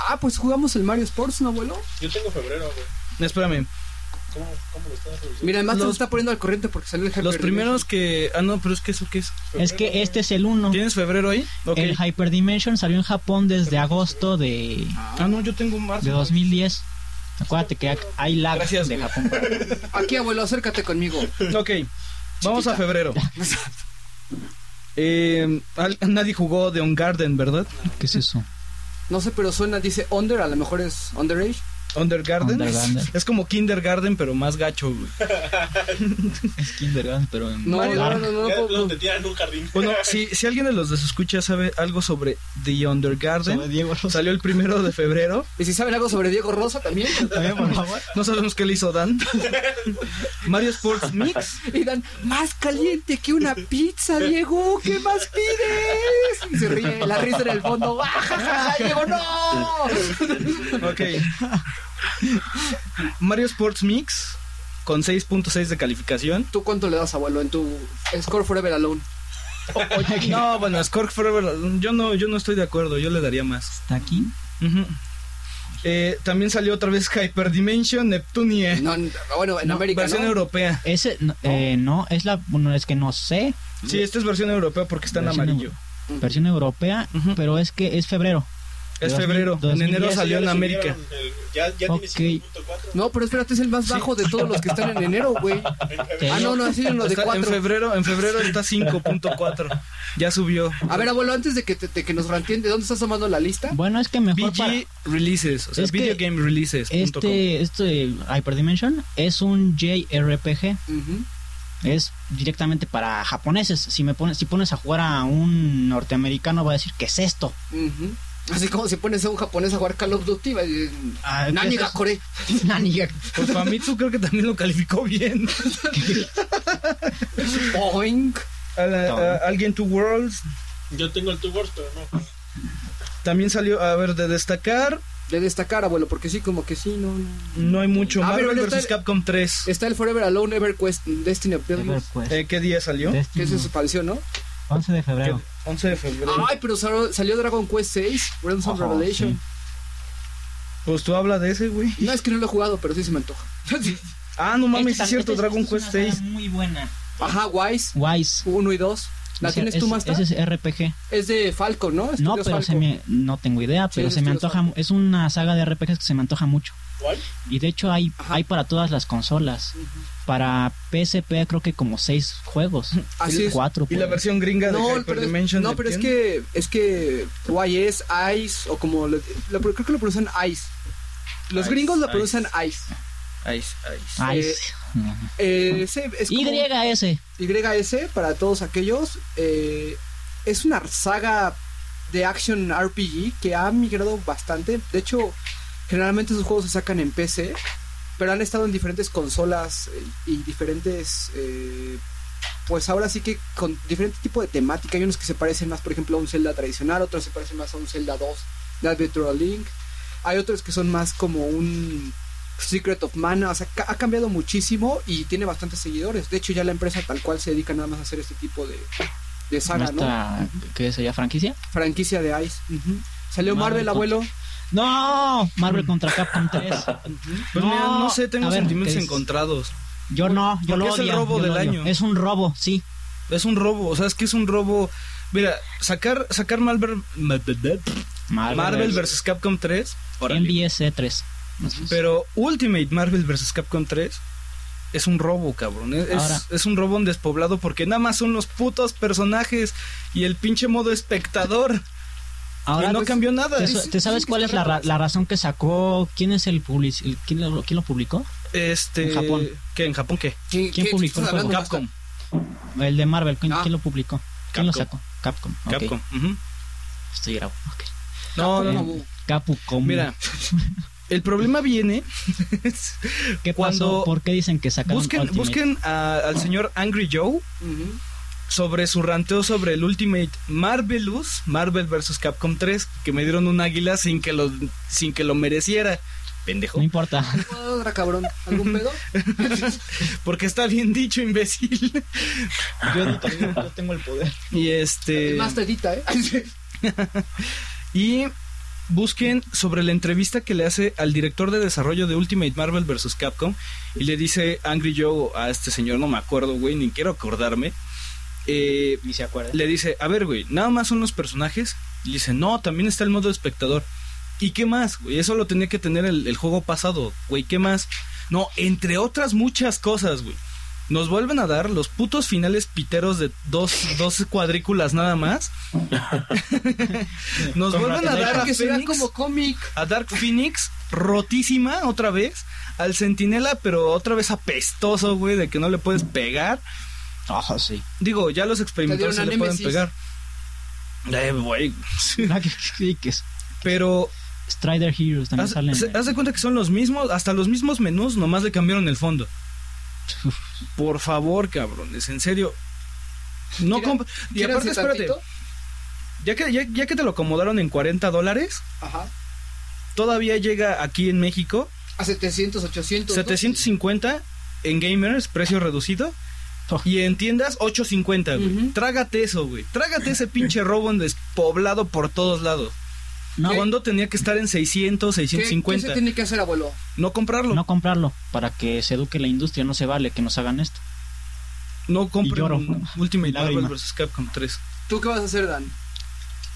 Ah, pues jugamos el Mario Sports, ¿no, abuelo? Yo tengo febrero, güey. espérame. ¿Cómo, cómo lo estás revisando? Mira, además nos Los- está poniendo al corriente porque salió el Happy Los Revenge. primeros que... Ah, no, pero es que eso qué es. Es que este es el 1. ¿Tienes febrero ahí? Ok. El Hyperdimension salió en Japón desde agosto de, Ah, no, yo tengo de marzo. 2010. Acuérdate que hay lag Gracias, de güey. Japón. Aquí, abuelo, acércate conmigo. Ok, vamos a *laughs* febrero. Eh, al- nadie jugó The On Garden, ¿verdad? ¿Qué es eso? No sé, pero suena, dice Under, a lo mejor es Underage. Under Garden. Undergarden. Es como Kindergarten, pero más gacho, güey. Es Kindergarten, pero en No, Dark. no, no, no, no, pues, Ya no, donde tiran un jardín. *laughs* Bueno, si, si alguien de los de escucha sabe algo sobre The Undergarden, Sobre Diego Rosa. salió el primero de febrero. Y si saben algo sobre Diego Rosa también. También, por favor. No sabemos qué le hizo Dan. *laughs* Mario Sports Mix. Y dan, más caliente que una pizza, Diego, ¿qué más pides? Y se ríe, la risa en el fondo. ¡Ah, ja, ja, ja! Diego, no! Ok. Mario Sports Mix con 6.6 de calificación. ¿Tú cuánto le das, abuelo, en tu Score Forever Alone? No, bueno, Scorch Forever. Yo no, yo no estoy de acuerdo, yo le daría más. Está aquí. Ujú. Eh, también salió otra vez Hyperdimension Neptunie. No, n- bueno, en No, América, eh, versión ¿no? europea. Ese, no, eh, no, es la, bueno, es que no sé, Sí, esta es versión europea porque está en Versión amarillo. versión europea, Ujú. pero es que es febrero. Es 2000, febrero. En 2010 enero ya salió Ya en le América. subieron el- ya ya Ok. tiene 5.4. No, pero espérate, es el más bajo de todos los que están en enero, güey. Te Ah, no, no, así en los de Está- en cuatro. febrero, en febrero está 5.4. Ya subió. A ver, abuelo, antes de que, te- de que nos ranteen, ¿de dónde estás tomando la lista? Bueno, es que mejor para VG releases, o sea, Es que video game releases. punto com. este, este Hyperdimension es un JRPG, Ujú. es directamente para japoneses. Si me pones, si pones a jugar a un norteamericano va a decir ¿qué es esto? Ujú. Así como si pones a un japonés a jugar Call of Duty, va a decir, Ah, ¿qué Nani es eso? Gakure. *laughs* Nani Gak- Pues Famitsu creo que también lo calificó bien. Boing. A la- a- Alguien Two Worlds Yo tengo el Two Wars, pero no. también salió, a ver, de destacar. De destacar, abuelo, porque sí, como que sí, no, no. No hay mucho. Ah, Marvel pero no vs. está- Capcom 3. Está el Forever Alone, EverQuest, Destiny of Billions. EverQuest. Eh, ¿Qué día salió? Que Destiny, eso se pareció, ¿no? 11 pues, de febrero. 11 de febrero. Ay, pero sal- salió Dragon Quest 6, Ransom Ajá, Revelation. Pues tú habla de ese, güey. No, es que no lo he jugado, pero sí se me antoja. *laughs* Ah, no mames, Este Esta- es cierto, esta- Dragon esta es Quest una 6. saga Muy buena. Ajá, Wise, Wise. 1 y 2. ¿La O sea, tienes es- tú más tarde? Ese es RPG. Es de Falco, ¿no? No, Estudios pero Falco. se me, no tengo idea, Sí, pero es se me Estudios antoja, es una saga de RPGs que se me antoja mucho. ¿Cuál? Y de hecho hay, Ajá. hay para todas las consolas. Para PSP creo que como seis juegos. Así es. Cuatro. Y la pues. versión gringa de No, pero, es, Hyperdimension. no, pero es Neptune. que es que YS, Ice o como lo- lo- creo que lo pronuncian Ice. Los Ice, gringos lo Ice. pronuncian Ice. Ice, Ice. Ay, eh, sí. No. Eh, ese es como- YS. YS para todos aquellos. eh, es una saga de action RPG que ha migrado bastante. De hecho, generalmente sus juegos se sacan en PC, pero han estado en diferentes consolas eh, y diferentes. eh, pues ahora sí que con diferente tipo de temática. Hay unos que se parecen más, por ejemplo, a un Zelda tradicional, otros se parecen más a un Zelda 2 de Adventure Link. Hay otros que son más como un Secret of Mana, o sea, ca- ha cambiado muchísimo y tiene bastantes seguidores. De hecho, ya la empresa tal cual se dedica nada más a hacer este tipo de, de ¿No saga, ¿no? está- ¿Qué es ella? ¿Franquicia? Franquicia de Ice. Ujú. Salió Marvel, Marvel. abuelo. ¡No! Marvel contra Capcom *laughs* 3. Pues mira, No, no sé, tengo a ver, sentimientos ¿qué dices? encontrados. Yo no, yo Porque lo es el odio, robo yo lo del odio. año. Es un robo, sí. Es un robo, o sea, es que es un robo. Mira, sacar, sacar Marvel, Marvel vs. Capcom 3, órale. MBS 3. pero Ultimate Marvel vs. Capcom 3 es un robo, cabrón. Es, es- Ahora. es un robo en despoblado porque nada más son los putos personajes y el pinche modo espectador. Ahora, y ah, no pues, cambió nada. ¿te, Es- su- te sabes sí, cuál es está la, ra- raro. la razón que sacó? ¿Quién es el, public- el- quién, lo, quién lo publicó? Este, en Japón? ¿Qué? ¿En Japón qué? ¿Qui- ¿Quién qué publicó el estás juego? hablando, Capcom. El de Marvel, ¿quién, Ah. quién lo publicó? ¿Quién lo Capcom. sacó? Capcom. ok. Capcom. ujú. Estoy grabando. ok. No, no, Eh, no. Capcom. Capcom. *laughs* Mira, el problema viene. ¿Qué cuando- pasó? ¿Por qué dicen que sacaron busquen Ultimate? busquen a- al señor Angry Joe Ujú. sobre su ranteo sobre el Ultimate Marvelous, Marvel vs. Capcom 3, que me dieron un águila sin que lo, sin que lo mereciera. Pendejo. No importa. *laughs* Otra cabrón. ¿Algún pedo? Porque está bien dicho, imbécil. Yo no tengo, el poder. Y este. Más tallita, *laughs* ¿eh? Y busquen sobre la entrevista que le hace al director de desarrollo de Ultimate Marvel vs. Capcom. Y le dice Angry Joe a este señor, no me acuerdo, güey, ni quiero acordarme. Eh, Ni se acuerda. le dice, a ver, güey, nada más son los personajes. Y le dice, no, también está el modo espectador. ¿Y qué más, güey? Eso lo tenía que tener el, el juego pasado, güey, ¿qué más? No, entre otras muchas cosas, güey. Nos vuelven a dar los putos finales piteros de dos, dos cuadrículas nada más. *laughs* Nos vuelven a dar a que será Fénix- como cómic. a Dark Phoenix rotísima otra vez, al Centinela pero otra vez apestoso, güey, de que no le puedes pegar. Ah, Ojo, sí. Digo, ya los experimentados se dieron le a pueden Nemesis. pegar. Eh, güey. *laughs* Ah, que- que- que es- Pero Strider Heroes también haz, salen. eh. se- haz de cuenta que son los mismos, hasta los mismos menús, nomás le cambiaron el fondo. Uf. Por favor, cabrones, en serio. No Mira, comp- y Tírense aparte, espérate, tantito. ya que, ya, ya que te lo acomodaron en 40 dólares, Ajá. todavía llega aquí en México A 700, 800. ¿no? 750 en gamers, precio reducido. Oh. Y en tiendas, 850, güey. Ujú. Trágate eso, güey. Trágate ese pinche robo en despoblado por todos lados. No, Cuando tenía que estar en 600, ¿Qué, qué 650. se tiene que hacer, abuelo? No comprarlo. No, no comprarlo para que se eduque la industria. No se vale que nos hagan esto. *laughs* compren Y lloro. Ultimate Lágrima. Marvel vs. Capcom 3. ¿Tú qué vas a hacer, Dan?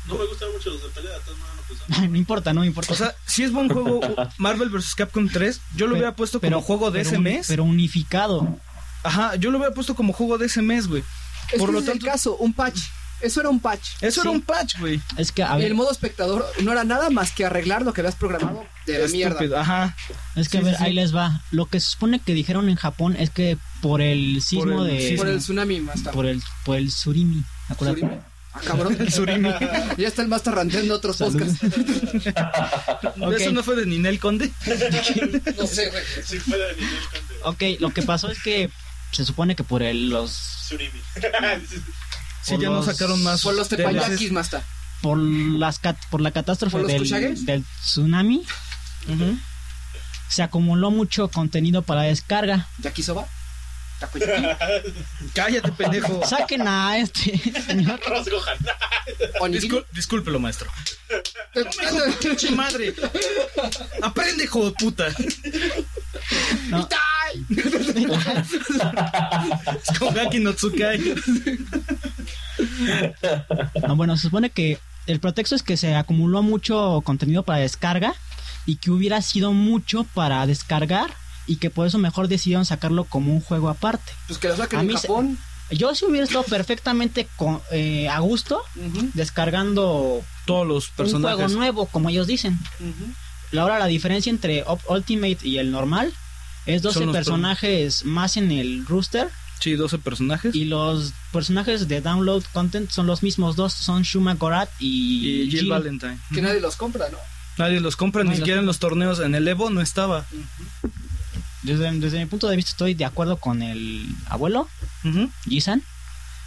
No me gustan mucho los de pelea, de todas maneras no pensaba. no importa, no me importa. O sea, si es buen juego Marvel vs. Capcom 3, yo lo Pero- hubiera puesto como juego de pero ese un- mes. Pero unificado. Ajá, yo lo hubiera puesto como juego de ese mes, güey. Es Por que lo ese es tanto- el caso, un patch. Eso era un patch. Eso era Sí. un patch, güey. Es que, a Y ver, el modo espectador no era nada más que arreglar lo que habías programado de la mierda. Estúpido, Ajá. es que a sí, ver sí, sí. ahí les va. Lo que se supone que dijeron en Japón es que por el sismo el de. sismo. Por el tsunami, más tarde. por el, por el surimi. acuérdate. Surimi. Ah, cabrón. *laughs* El surimi. Ya está el más tarranteando otros Salud. podcasts. Ok. Eso no fue de Ninel Conde. No sé, güey. Si fuera de nivel Conde, Ok, lo que pasó es que se supone que por el, los Tsunami. Sí, Por ya no los- sacaron más. Por los tepayakis, más tarde. por las cat- por la catástrofe ¿Por los del, Kuchages? del tsunami Ujú. se acumuló mucho contenido para descarga. Yakisoba. *laughs* Takoyaki. Cállate, pendejo. Saquen a este *laughs* señor. Arroz Gohan. Onigiri. Discul- discúlpelo, *laughs* maestro. ¡Pinche Itai. madre! ¡Aprende, hijo de puta! Es con Gaki no Tsukai. No, bueno, se supone que el pretexto es que se acumuló mucho contenido para descarga y que hubiera sido mucho para descargar y que por eso mejor decidieron sacarlo como un juego aparte. Pues que la saquen A en mí se- Japón. Yo sí hubiera estado perfectamente con- eh, a gusto Ujú, descargando Todos los un juego personajes. nuevo, como ellos dicen. ujú. Ahora la diferencia entre Op- Ultimate y el normal es 12 Son los personajes más en el rooster Sí, 12 personajes. y los personajes de download content son los mismos dos, son Shuma Gorat y, Y Jill Jill. Valentine. Que nadie los compra, ¿no? Nadie los compra, ni Nadie los siquiera en los torneos. En el Evo no estaba. Desde, desde mi punto de vista estoy de acuerdo con el abuelo, Ujú, Jisan,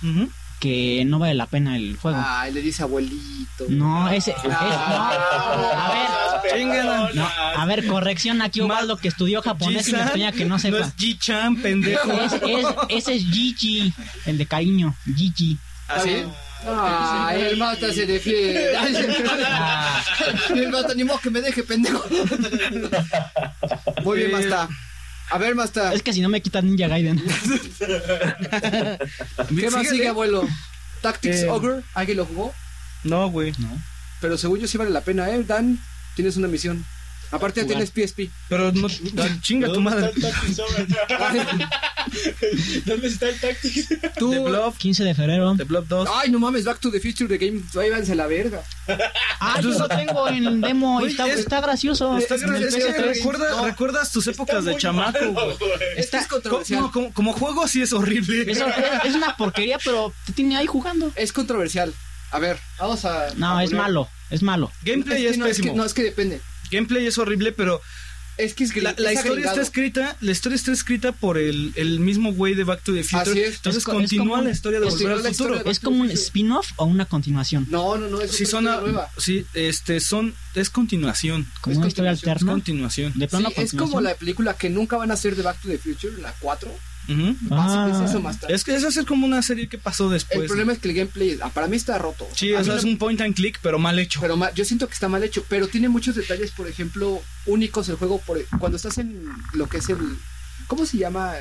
ujú. que no vale la pena el juego. Ay, le dice abuelito. No, ese... es- Ah. no, a ver... Chíngala. no, a ver, corrección aquí, Ubaldo, que estudió japonés y me G-san extraña que no sepa. No es G-Chan, pendejo. *laughs* Es- es- ese es Gigi, el de cariño, Gigi. ¿Así? Ay, el mata se *laughs* defiende. Ay, Ah. el mata ni modo que me deje, pendejo. Muy bien, Masta. A ver, Masta. Eh. Es que si no me quitan Ninja Gaiden. ¿Qué más sigue, abuelo? Tactics Eh, Ogre. ¿Alguien lo jugó? No, güey. No. Pero según yo sí vale la pena, ¿eh? Dan, tienes una misión. Aparte ya Jugar. tienes *laughs* PSP. Pero *laughs* no, chinga tu madre. ¿Dónde está el *laughs* Tactics? ¿Dónde está el Tactics? Tú... The Bluff, 15 de febrero. The Bluff 2. Ay, no mames, Back to the Future de Game... Váyanse a la verga. Ah, yo lo tengo en demo. Güey, está, es- está gracioso. Estás En el gracioso, PS3. güey. ¿recuerdas, No. recuerdas tus Está épocas de muy chamaco, malo, güey? güey. Esto es Co- controversial. no, como, como juego sí es horrible. Es, es una porquería, pero te tiene ahí jugando. Es controversial. A ver, vamos a... No, a es poner- malo. Es malo. Gameplay que es, no, pésimo. que, no, es que depende. Gameplay es horrible, pero Es que es la, la historia está escrita, la historia está escrita por el, el mismo güey de Back to the Future. Así es. Entonces Es co- es continúa como- la historia de Volver continúa la al historia Futuro. de- Es como un spin-off o una continuación. No, no, no, es Sí, otra son, historia a- nueva. sí, este, son, es continuación. Como es una historia continuación, Es alterna. continuación. De plano Sí, es como continuación. la película que nunca van a hacer de Back to the Future, la 4. Ujú. Ah, Básicamente es eso más tarde. Es que es hacer como una serie que pasó El después. problema es que el gameplay, ah, para mí está roto. Sí, A o mí sea, no- es un point and click, pero mal hecho. Pero ma- yo siento que está mal hecho, pero tiene muchos detalles, por ejemplo, únicos el juego. Por, e, cuando estás en lo que es el. ¿Cómo se llama?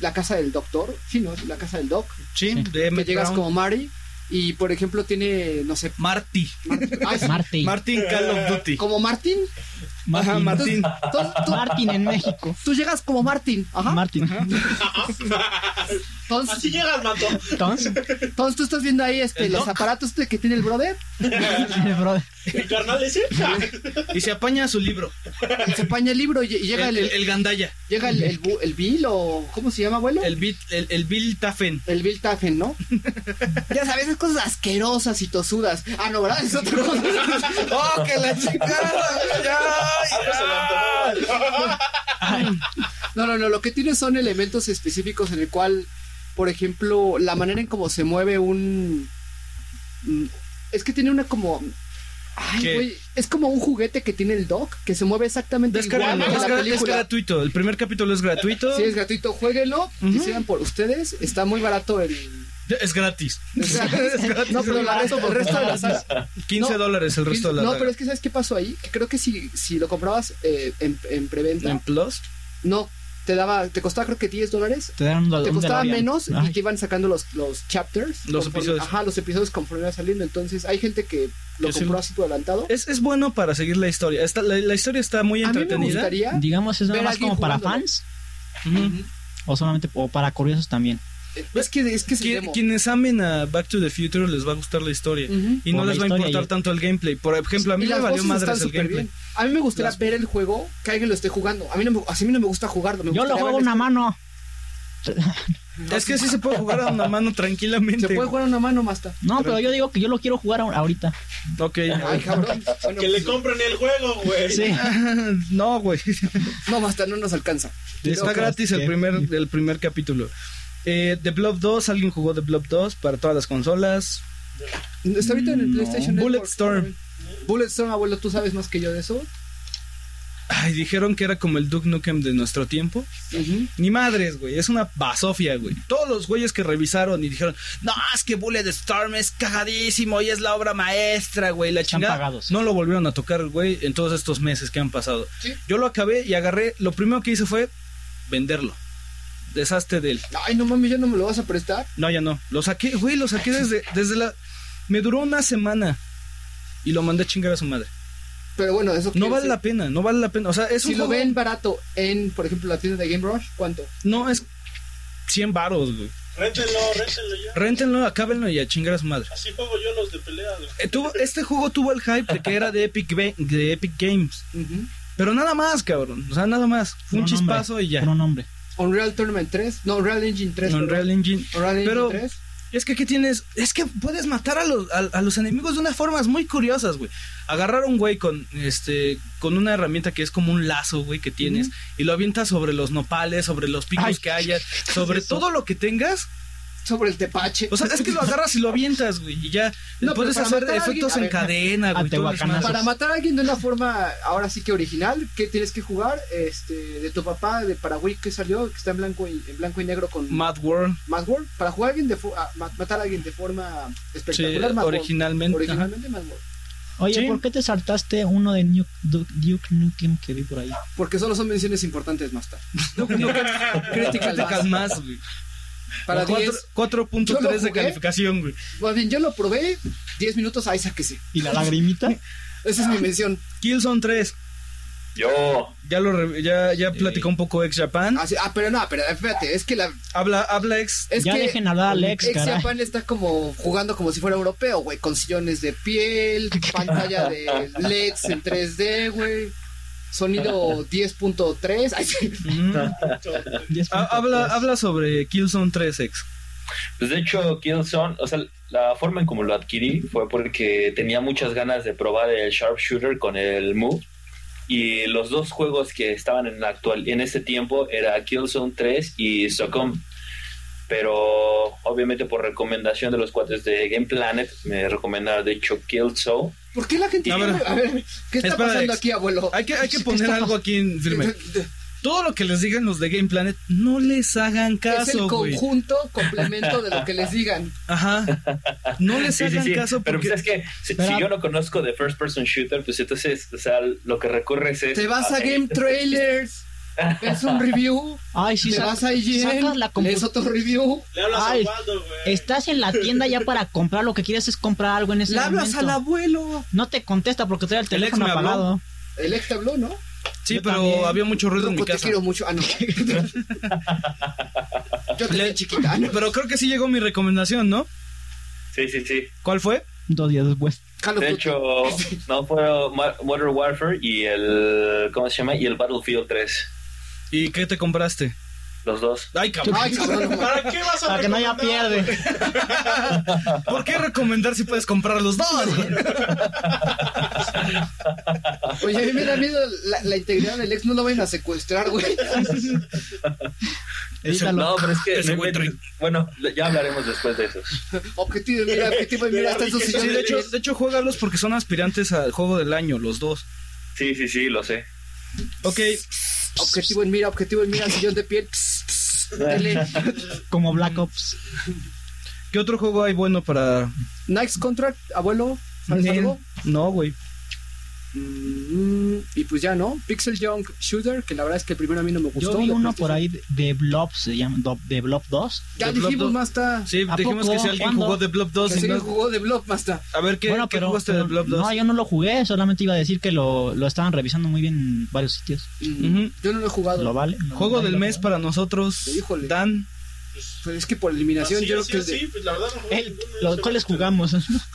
La casa del doctor. Sí, ¿no? La casa del doc. Sí, Sí. de Que Emmett llegas Brown. como Mari y, por ejemplo, tiene, no sé. Marty. Martin- Ay, sí, Martín. Martin Call of Duty. como Martín. Ajá, Martín. Martín. Tú, tú- Martín en México. tú llegas como Martín. Ajá. Martín. Entonces- Así llegas, Mato. Entonces, *laughs* *laughs* Entonces tú estás viendo ahí este, El los doc. aparatos de que tiene el brother. brother, El carnal es él. *laughs* Y se apaña su libro. Se apaña el libro y y llega el, El, el, el Gandaya. llega el, el, bu- el Bill o ¿cómo se llama, abuelo? El, Bit- el, el Bill Taffen. El Bill Taffen, ¿no? ya sabes, esas cosas asquerosas y tosudas. Ah, no, ¿verdad? Es otra *laughs* cosa. ¡Oh, que la chingada! No, no, no. Lo que tiene son elementos específicos en el cual, por ejemplo, la manera en cómo se mueve un. mm, Es que tiene una como. Ay, ¿Qué? güey. Es como un juguete que tiene el Doc que se mueve exactamente Descárgalo. igual Es, que la gra- es película. gratuito. El primer capítulo es gratuito. Sí, es gratuito, jueguenlo, Ujú. decidan por ustedes, está muy barato el... Es *laughs* gratis. o sea, no, pero la resto- el resto de la saga. 15 No, dólares el resto de la No, saga. pero es que ¿sabes qué pasó ahí? Que creo que si, si lo comprabas eh, en, en preventa, En Plus. no, te daba, te costaba creo que 10 dólares, te dan un te un costaba DeLorean. menos Ay, y te iban sacando los, los chapters. Los conforme- episodios. Ajá, los episodios conforme iba saliendo, entonces hay gente que lo Yo sí compró lo- así por adelantado. Es, es bueno para seguir la historia. Está- la, la historia está muy A mí me entretenida. gustaría... Digamos, es nada Ver a más alguien como para jugándolo. fans Ujú. o solamente o para curiosos también. Eh, Es que es que se Qui- demo. Quienes amen a Back to the Future les va a gustar la historia. Ujú. Y no Por la les va a historia importar y- tanto el gameplay. Por ejemplo, a mí Y me las valió voces madres están el súper gameplay. bien. A mí me gustaría Las- ver el juego que alguien lo esté jugando. A mí no me, así a mí no me gusta jugarlo. me Yo lo gustaría juego verlo. una mano. Es que sí se puede jugar a una mano tranquilamente. Se puede jugar a una mano más No, pero yo digo que yo lo quiero jugar ahor- ahorita. Ok. Ay, *laughs* cabrón. Bueno, Que le pues, compren el juego, güey. Sí. no, güey. no, basta, no nos alcanza. Está Locas, gratis el ¿qué? primer, el primer capítulo. Eh, The Blob 2, alguien jugó The Blob 2 para todas las consolas. Está ahorita en el No. PlayStation Mm, Network. Bulletstorm. Bulletstorm, abuelo, tú sabes más que yo de eso. Ay, dijeron que era como el Duke Nukem de nuestro tiempo. Ni madres, güey. Es una basofia, güey. Todos los güeyes que revisaron y dijeron, no, es que Bullet Storm es cagadísimo y es la obra maestra, güey. La Están chingada. pagados. No lo volvieron a tocar, güey, en todos estos meses que han pasado. Sí. Yo lo acabé y agarré. Lo primero que hice fue venderlo. Deshazte de él. Ay, no mames, ya no me lo vas a prestar. No, ya no. Lo saqué, güey, lo saqué desde, desde la. Me duró una semana. Y lo mandé a chingar a su madre. Pero bueno, eso No quiere vale la decir- pena, no vale la pena. O sea, es un Si lo juego- ven barato en, por ejemplo, la tienda de Game Rush, ¿cuánto? No, es 100 varos, güey. Réntenlo, réntenlo ya. Réntenlo, acábenlo y a chingar a su madre. Así juego yo los de pelea. güey. Eh, tuvo- este juego tuvo el hype de que era de Epic, Ba- de Epic Games. Pero nada más, cabrón. O sea, nada más. Fue un Puro nombre, chispazo y ya. Puro nombre. Unreal Tournament 3. No, Unreal Engine 3. Unreal perdón. Engine. Unreal Engine Pero- 3. Es que aquí tienes, es que puedes matar a los, a, a los enemigos de unas formas muy curiosas, güey. Agarrar a un güey con este con una herramienta que es como un lazo, güey, que tienes y lo avientas sobre los nopales, sobre los picos Ay. que haya, sobre eso? todo lo que tengas. Sobre el tepache. O sea, es que lo agarras y lo avientas, güey, y ya No, pero puedes para hacer matar a efectos en alguien- a ver, ah, cadena, güey, todo el Antehuacanazos. desmadre. *laughs* Para matar a alguien de una forma ahora sí que original, ¿qué tienes que jugar? Este, de tu papá de Paraguay que salió, que está en blanco y, en blanco y negro con Mad World, Mad World. Para jugar a alguien de fo- a ma- matar a alguien de forma sí, espectacular, Mad World. originalmente. ajá. Originalmente Mad World. Oye, Sí. ¿por qué te saltaste uno de Nuke, Du- Duke Nukem que vi por ahí? Porque solo son menciones importantes más tarde. *laughs* Critical, Critical más, güey. *laughs* Para Cuatro- 10, 4.3 Yo de lo jugué. calificación, güey. más bien yo lo probé, 10 minutos, ahí sáquese. ¿Y la lagrimita? Esa es mi mención. Killzone 3. Yo. Ya lo re- ya, ya Sí. platicó un poco ex Japan. Ah, sí, ah, pero no, pero espérate, es que la. Habla, habla ex. *laughs* Es ya que dejen hablar a Alex, Ex caray. *laughs* Japan está como jugando como si fuera europeo, güey, con sillones de *laughs* piel, pantalla de LEDs en 3D, güey. Sonido 10.3. Ay, sí. Ujú. Diez Ha- puntos habla, tres. habla sobre Killzone 3 ex. Pues de hecho, Killzone, o sea, la forma en como lo adquirí fue porque tenía muchas ganas de probar el Sharpshooter con el Move. Y los dos juegos que estaban en la actual en ese tiempo era Killzone 3 y Socom. Pero obviamente por recomendación de los cuates de Game Planet me recomendaron de hecho Killzone. ¿Por qué la gente.? A A ver. ver, ¿qué está Espera, pasando ex. aquí, abuelo? Hay que, hay que ¿Qué poner está algo aquí en firme. Todo lo que les digan los de Game Planet, no les hagan Es el caso, güey. conjunto, complemento de lo que les *laughs* digan. Ajá. No les Sí, sí, hagan sí. caso Pero pues porque es que si, Pero- si yo no conozco de first person shooter, pues entonces, o sea, lo que recurres es Te vas a Ok, Game Trailers, ves un review, Ay, sí, te saca- vas a IGN, sacas la lees computadora. otro review, Le hablas Ay, a Osvaldo, güey. Estás en la tienda ya para comprar lo que quieres es comprar algo en ese le hablas momento. al abuelo. No te contesta porque trae El el ex teléfono me habló. apagado. El ex te habló, ¿no? sí, yo pero también. había mucho ruido en mi Tronco, te casa. quiero mucho. *laughs* Ah, no. Yo te Le- le chiquita. Ah, no. *laughs* Pero creo que sí llegó mi recomendación, ¿no? Sí, sí, sí. ¿Cuál fue? Dos días después. Call of De Duty. hecho, no fue Ma- Modern Warfare y el ¿cómo se llama? y el Battlefield 3, ¿Y qué te compraste? los dos. Ay, cabrón. *laughs* Ay, cabrón, güey. ¿Para qué vas a Para que no haya recomendar, pierde. güey? ¿Por qué recomendar si puedes comprar los dos? güey? Oye, a mí me da miedo la, la integridad del ex. No lo vayan a secuestrar, güey. Edítalo. No, pero es que Ese güey trae- bueno, ya hablaremos después de esos. Objetivo, mira, objetivo, mira, hasta esos Sí, sillones. de hecho, de hecho, juégalos porque son aspirantes al juego del año, los dos. Sí, sí, sí, lo sé. Ok, Objetivo en mira, objetivo en mira, sillón de piel. Pss, pss, dale. Como Black Ops. ¿qué otro juego hay bueno para. Nice contract, abuelo. ¿Sabes algo? No, güey. Mm, y pues ya, ¿no? Pixel Junk Shooter, que la verdad es que el primero a mí no Pues me Yo gustó. vi lo uno presté- por ahí de- de Blob, se llama. do- De Blob 2. Ya The Blob dijimos, dos. Masta. Sí, ¿A dijimos poco? que si alguien ¿Cuándo? jugó de Blob 2 Que y sí no- jugó de Blob, Masta. A ver, ¿qué, bueno, qué pero, jugaste pero- de Blob 2? No, yo no lo jugué. Solamente iba a decir que lo, lo estaban revisando muy bien en varios sitios. Mm, Ujú. Yo no lo he jugado. ¿Lo vale? No, Juego nadie del lo mes jugó. para nosotros. Híjole. Dan. Pues es que por eliminación, Así, yo así, creo que así, es de. pues la verdad no jugué Ey, ninguno, los no cuales sé. jugamos. *laughs*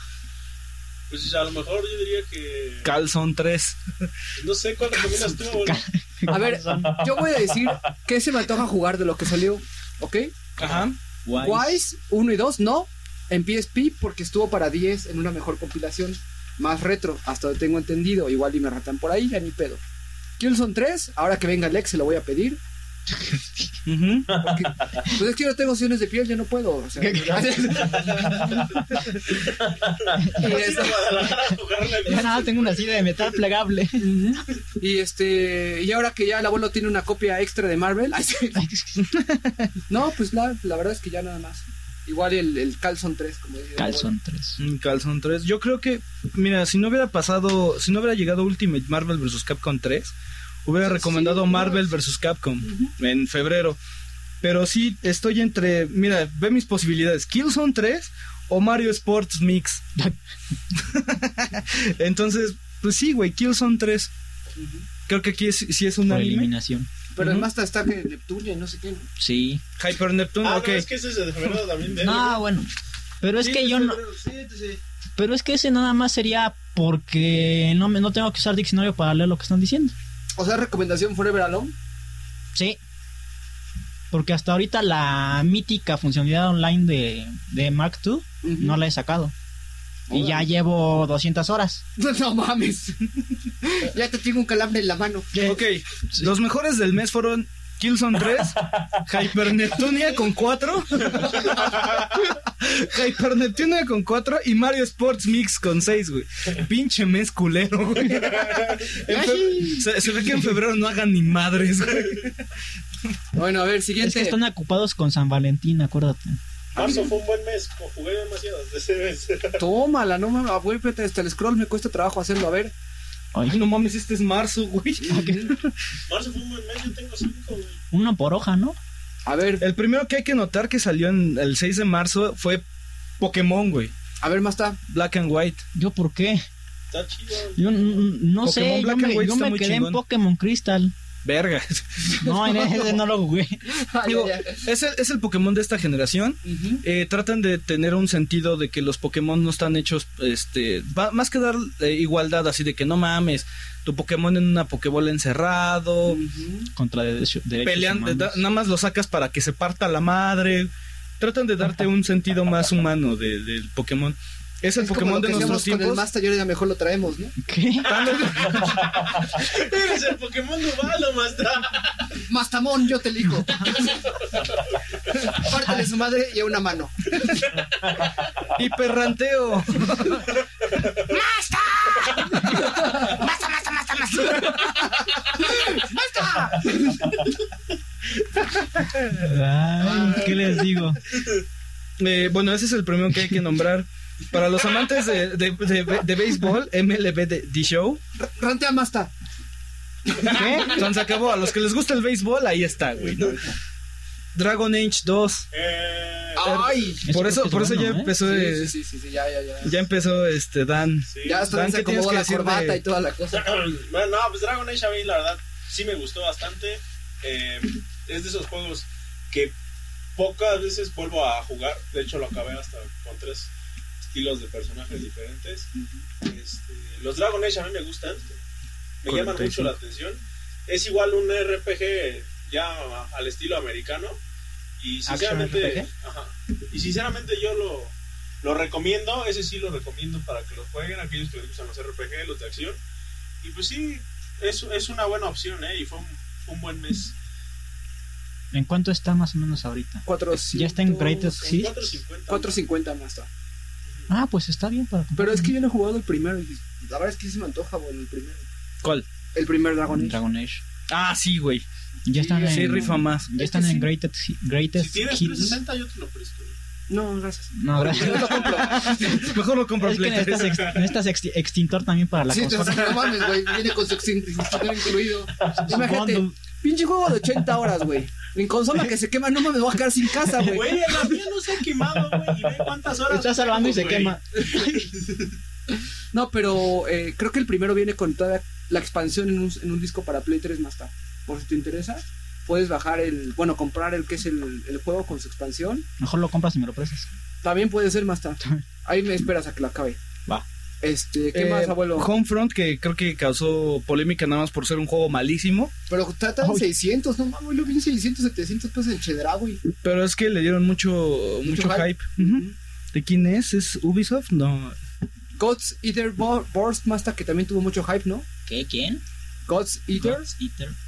Pues a lo mejor yo diría que. Calzone 3. No sé Ah, cuál recomiendas tú, abuelo. A ver, yo voy a decir que se me antoja jugar de lo que salió. ¿Ok? Ajá. Guays. Wise 1 y 2, no. En PSP, porque estuvo para 10 en una mejor compilación. Más retro, hasta donde tengo entendido. Igual y me ratan por ahí, ya ni pedo. Killzone 3, ahora que venga Lex, se lo voy a pedir. Ujú. Porque, pues es que yo no tengo sillones de piel, ya no puedo. O sea, *laughs* y, Vas a ir *laughs* a este, Guadalajara a jugarle, güey. Ya nada, tengo una silla de metal plegable. y este, y ahora que ya el abuelo tiene una copia extra de Marvel, ay, sí. no, pues la, la verdad es que ya nada más. Igual el, el Calzone 3, como dice el abuelo. Calzón 3. Mm, Calzone 3. Yo creo que, mira, si no hubiera pasado, si no hubiera llegado Ultimate Marvel vs. Capcom 3, hubiera Sí, recomendado sí, Marvel no, vs. Capcom en febrero. Pero sí, estoy entre, mira, ve mis posibilidades, Killzone 3 o Mario Sports Mix. *laughs* Entonces, pues sí, güey, Killzone 3. Ujú. Creo que aquí es- sí es un Por anime. eliminación. Pero Ujú. además está que Neptunia y no sé qué. ¿no? Sí. Hyper Neptune, Ah, ok. no, es que ese es de febrero también. de- No, bueno. Pero es Sí, que de yo no. febrero, sí, sí. Pero es que ese nada más sería porque no, me, no tengo que usar diccionario para leer lo que están diciendo. O sea, recomendación Forever Alone. Sí. Porque hasta ahorita la mítica funcionalidad online de, de Mark II Ujú. no la he sacado. Y Órale. ya llevo 200 horas. No, no mames. *laughs* ya te tengo un calambre en la mano. Ok, los mejores del mes fueron Killzone *laughs* 3, Hyper Neptunia con *laughs* 4, Hyper Neptunia con 4 y Mario Sports Mix con 6, güey. Pinche mes culero, güey. En fe- Se, se ve que en febrero no hagan ni madres, güey. Bueno, a ver, siguiente. Es que están ocupados con San Valentín, acuérdate. Marzo fue un buen mes. co- Jugué demasiado *laughs* desde ese mes. Tómala, no mames. Abuélvete hasta el scroll, me cuesta trabajo hacerlo. A ver. Ay, Ay, no mames, este es marzo, güey. Marzo fue un buen mes. Yo tengo cinco, güey. uno por hoja, ¿no? A ver, El primero que hay que notar que salió en el 6 de marzo fue Pokémon, güey. a ver, más está. Black and White. ¿Yo por qué? Está chido. Yo n- n- no Pokémon sé, yo Black and me, White yo está me muy quedé chingón. en *laughs* Pokémon Crystal. Verga. No, en ese no lo jugué. *laughs* Digo, es el, es el Pokémon de esta generación. Eh, tratan de tener un sentido de que los Pokémon no están hechos, este, va- más que dar eh, igualdad, así de que no mames, tu Pokémon en una Pokébola encerrado, Contra de- derechos pelean, eh, humanos. da- nada más lo sacas para que se parta la madre. Tratan de darte un sentido más humano de- del Pokémon. Es el Es como Pokémon lo de que nuestros hacíamos Con el tiempos. Master y ahora ya mejor lo traemos, ¿no? ¿Qué? Eres el Pokémon de Balo, Mastra. Mastamón, yo te elijo. *laughs* Pártale su madre y a una mano. Y *laughs* perranteo. Ay, ¿Qué les digo? Eh, bueno, ese es el premio que hay que nombrar. Para los amantes de, de, de- de béisbol, MLB de, The Show. Rantea Masta. ¿Qué? Entonces acabó. A los que les gusta el béisbol, ahí está, güey. ¿no? Dragon Age 2. Eh, Ah, Ay. Ese por creo que eso, es por eso bueno, ya ¿eh? empezó. eh, Sí, sí, sí, sí, ya, ya, ya. Ya empezó este Dan. sí. Ya hasta Dan, se ¿qué tienes acomodó que la decir corbata de- y toda la cosa. Bueno, no, pues Dragon Age a mí la verdad sí me gustó bastante. Eh, es de esos juegos que pocas veces vuelvo a jugar. De hecho, lo acabé hasta con tres estilos de personajes diferentes. Este, los Dragon Age a mí me gustan. Me llaman 45. mucho la atención. Es igual un RPG ya al estilo americano. Y sinceramente, RPG? ajá. y sinceramente yo lo, lo recomiendo. Ese sí lo recomiendo para que lo jueguen aquellos que les gustan los RPG, los de acción. Y pues sí, es, es una buena opción, ¿eh? Y fue un, fue un buen mes. ¿En cuánto está más o menos ahorita? 400, Ya está en Creators, Con sí. 4.50. 450 Masta. Ah, pues está bien para comprar. Pero es que yo no he jugado el primero. y La verdad es que sí se me antoja, güey, el primero. ¿Cuál? El primer Dragon Age. Dragon Age. Ah, sí, güey. Ya están Sí, en, rifa más. Ya están Es que en sí. Greatest, Si greatest tienes Hits. 360, yo te lo presto. No, gracias. No, gracias. Yo lo compro. Mejor lo compro Es que Play necesitas, tres. ex- necesitas ex- extintor también para *laughs* la sí, te consola. no mames, güey. Viene con su *laughs* extintor incluido. Imagínate, Bundle. pinche juego de 80 horas, güey. En consola que se quema, no mames, voy a quedar sin casa, güey. Güey, la mía no se ha quemado, güey. Y ve cuántas horas. Está salvando y se güey. quema. No, pero eh, creo que el primero viene con toda la expansión en un, en un disco para Play 3 más tarde. Por si te interesa, puedes bajar el. Bueno, comprar el que es el, el juego con su expansión. Mejor lo compras y me lo prestas. También puede ser más tarde. Ahí me esperas a que lo acabe. Va. Este, ¿qué Eh, más, abuelo? Homefront, que creo que causó polémica nada más por ser un juego malísimo. Pero tratan 600, no mames, lo vi en 600, 700 pesos en Chedra, güey. Pero es que le dieron mucho, mucho, Mucho hype. hype. Ujú. ¿De quién es? ¿Es Ubisoft? No. Gods Eater Bur- Burst Master, que también tuvo mucho hype, ¿no? ¿Qué? ¿Quién? Gods Eater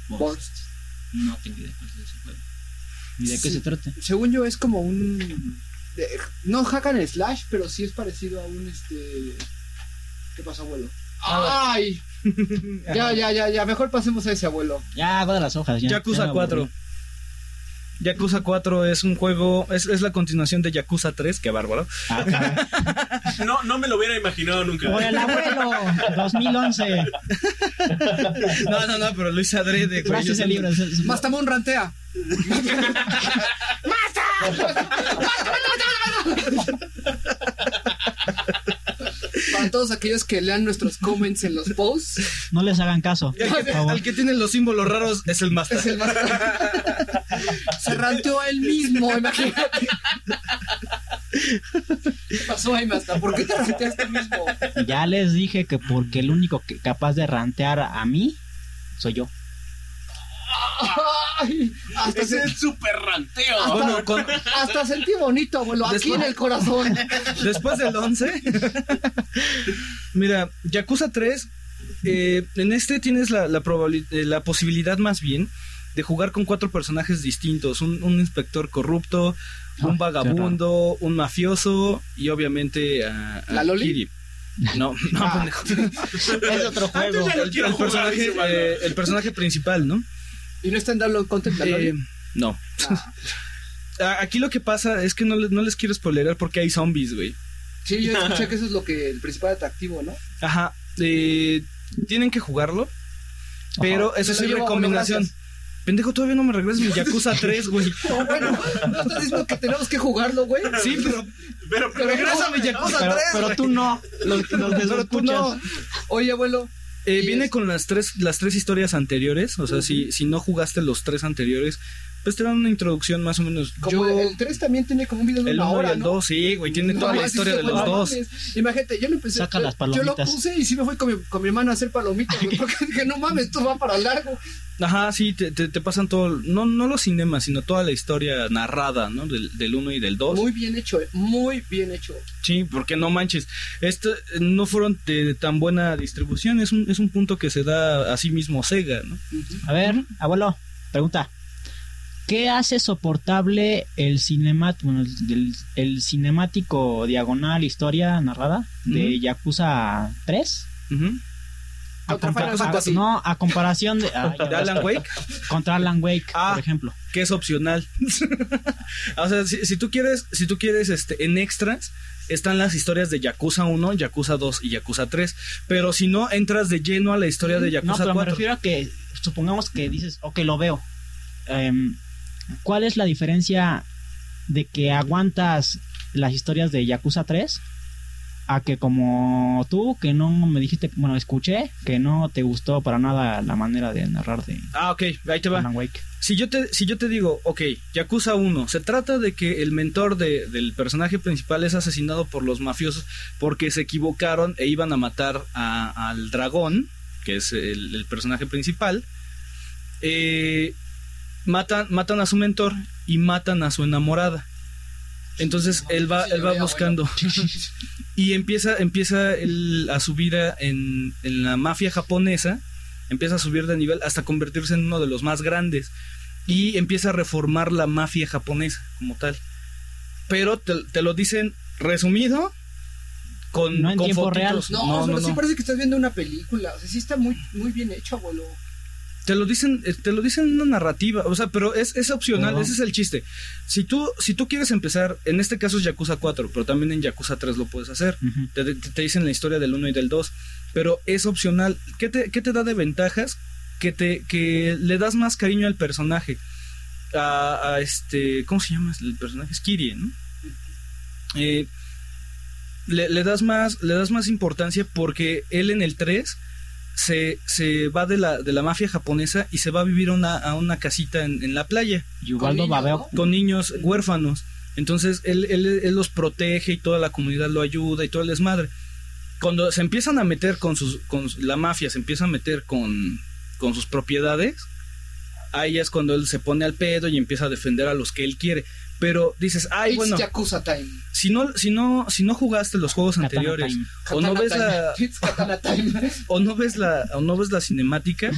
Burst. No tengo idea cuál es ese juego. Ni de qué Sí. se trata. Según yo, es como un. de- no hack and slash, pero sí es parecido a un este. ¿Qué pasó, abuelo? ¡Ay! Ya, ya, ya, ya. Mejor pasemos a ese abuelo. Ya, va de las hojas. Ya, Ya Yakuza me 4. aburrí. Yakuza 4 es un juego, es, es la continuación de Yakuza 3, qué bárbaro. Ah, caray. No, no me lo hubiera imaginado nunca. ¡Por el abuelo! 2011. No, no, no, pero lo hice adrede, güey. Yo Gracias, el siento- libro. Es- es- Mastamón rantea. Para todos aquellos que lean nuestros comments en los posts, No les *laughs* hagan caso. *laughs* Al Por que, favor. al que tiene los símbolos raros es el Master. es el más. Se ranteó a él mismo, imagínate. ¿Qué pasó ahí, Masta? ¿Por qué te ranteaste tú mismo? Ya les dije que porque el único que capaz de rantear a mí soy yo. Ay, hasta, Ese se- es súper ranteo. Bueno, con- hasta sentí bonito, abuelo, aquí Después- en el corazón. después del 11. *laughs* Mira, Yakuza 3, eh, en este tienes la, la, probabili- eh, la posibilidad más bien de jugar con cuatro personajes distintos. Un, un inspector corrupto, Ah, un qué vagabundo, un mafioso y obviamente a... a ¿La Loli? Kiri. No, no, pendejo. Ah, Es otro Antes juego. ya lo El, quiero el jugar, personaje, dice Manu. eh, el personaje principal, ¿no? Y no está en Download Content, la Loli. Eh, no. Ah. A- Ah, Aquí lo que pasa es que no, le- no les quiero spoilerar porque hay zombies, güey. Sí, yo escuché que eso es lo que el principal atractivo, ¿no? Ajá. eh, tienen que jugarlo. Pero eso Me lo sí, llevo, recomendación. bueno, Pendejo, todavía no me *laughs* regresas mi Yakuza 3, güey. No, bueno, no estás diciendo que tenemos que jugarlo, güey. Sí, pero Pero, pero Regrésame Yakuza Pero, 3. pero güey. tú no, *laughs* los, los de Pero tú no. Oye, abuelo, Eh, Y viene es- con las tres, las tres historias anteriores. O sea, si, si no jugaste los tres anteriores, pues te dan una introducción más o menos. Como Yo- el 3 también tiene como un video de el una 1 y hora, el ¿no? 2, sí, güey. Tiene No, toda la mames, historia sí, de güey, los no dos. mames. Imagínate, yo lo empecé. Saca yo- las Yo lo palomitas. puse y sí me fui con mi, con mi hermano a hacer palomitas, *laughs* güey, porque dije, no mames, esto va para largo. Ajá, sí, te, te- te pasan todo. No, no los cinemas, sino toda la historia narrada, ¿no? Del, del 1 y del 2. Muy bien hecho, eh, muy bien hecho. Sí, porque no manches. Esto eh, no fueron de tan buena distribución. Es un, es un punto que se da a sí mismo Sega, ¿no? A ver, abuelo, pregunta. ¿Qué hace soportable el cinemat bueno, el, el- el cinemático diagonal historia narrada de Ujú. Yakuza 3? Ujú. A Contra compa- Final a- Fantasy. no, a *laughs* comparación de ay, De Alan Wake. contra Alan Wake, Ah. por ejemplo. que es opcional. *laughs* o sea, si, si tú quieres, si tú quieres este, en extras, están las historias de Yakuza 1, Yakuza 2 y Yakuza 3. Pero si no, entras de lleno a la historia de Mm, no, Yakuza pero me 4. refiero a que supongamos que dices, ok, lo veo. Em, ¿Cuál es la diferencia de que aguantas las historias de Yakuza 3 a que como tú, que no me dijiste, bueno, escuché, que no te gustó para nada la manera de narrar de Ah, ok, ahí te va. Alan Wake? Si yo te, si yo te digo, ok, Yakuza 1, se trata de que el mentor de- del personaje principal es asesinado por los mafiosos porque se equivocaron e iban a matar a- al dragón, que es el, el personaje principal. Eh, matan, matan a su mentor y matan a su enamorada. Entonces él va, él va buscando *laughs* y empieza, empieza el- a subir a- en, en la mafia japonesa, empieza a subir de nivel hasta convertirse en uno de los más grandes y empieza a reformar la mafia japonesa como tal. Pero te, te lo dicen resumido con, No en con tiempo fotitos. No, No, pero no, sí no. parece que estás viendo una película. O sea, sí está muy, muy bien hecho, abuelo. Te lo dicen, eh, te lo dicen en una narrativa, o sea, pero es, es opcional, Pero- ese es el chiste. Si tú, si tú quieres empezar, en este caso es Yakuza 4, pero también en Yakuza 3 lo puedes hacer. Ujú. Te, te- te dicen la historia del 1 y del 2, pero es opcional. ¿Qué te, qué te da de ventajas? Que, te, que le das más cariño al personaje. A, a este, ¿cómo se llama el personaje? Es Kirie, ¿no? Eh, le, le das más, le das más importancia porque él en el 3 se, se va de la, de la mafia japonesa y se va a vivir a una, a una casita en, en la playa Y Ubaldo niños, Babeo. con niños huérfanos. Entonces él, él- él los protege y toda la comunidad lo ayuda y todo el desmadre. Cuando se empiezan a meter con sus, con la mafia, se empieza a meter con, con sus propiedades, ahí es cuando él se pone al pedo y empieza a defender a los que él quiere. Pero dices, ay, It's bueno, Yakuza Time. si no, si no, si no jugaste los juegos Katana anteriores, Time. o no Katana ves Time. la, *laughs* It's Katana Time. o no ves la, o no ves las cinemáticas,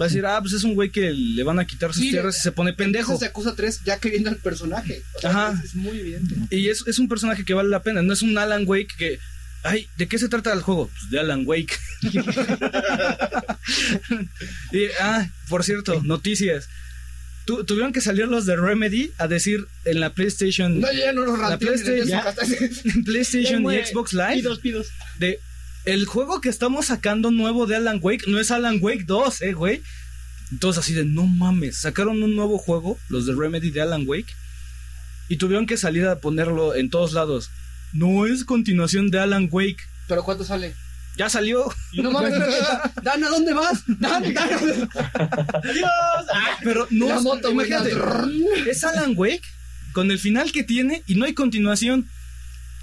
va a decir, ah, pues es un güey que le van a quitar sus Sí, tierras y se pone pendejo. Empiezas Yakuza 3 ya que viendo al personaje. O sea, Ajá. es- Es muy evidente. Y es, es un personaje que vale la pena, no es un Alan Wake que. Ay, ¿de qué se trata el juego? Pues de Alan Wake. *laughs* Y, ah, por cierto, noticias. Tu- tuvieron que salir los de Remedy a decir en la PlayStation, No, ya no lo La rantean. PlayStation- en Ya PlayStation y muere. Xbox Live Pidos, pidos. de el juego que estamos sacando nuevo de Alan Wake no es Alan Wake 2, eh, güey. Entonces así de no mames, sacaron un nuevo juego, los de Remedy de Alan Wake, y tuvieron que salir a ponerlo en todos lados. No es continuación de Alan Wake. *laughs* Pero ¿cuánto sale? Ya salió. *laughs* No mames, pero, Dan, ¿a dónde vas? Dan, Dan. Pero no la es- moto, güey, imagínate, Dan. es Alan Wake con el final que tiene y no hay continuación.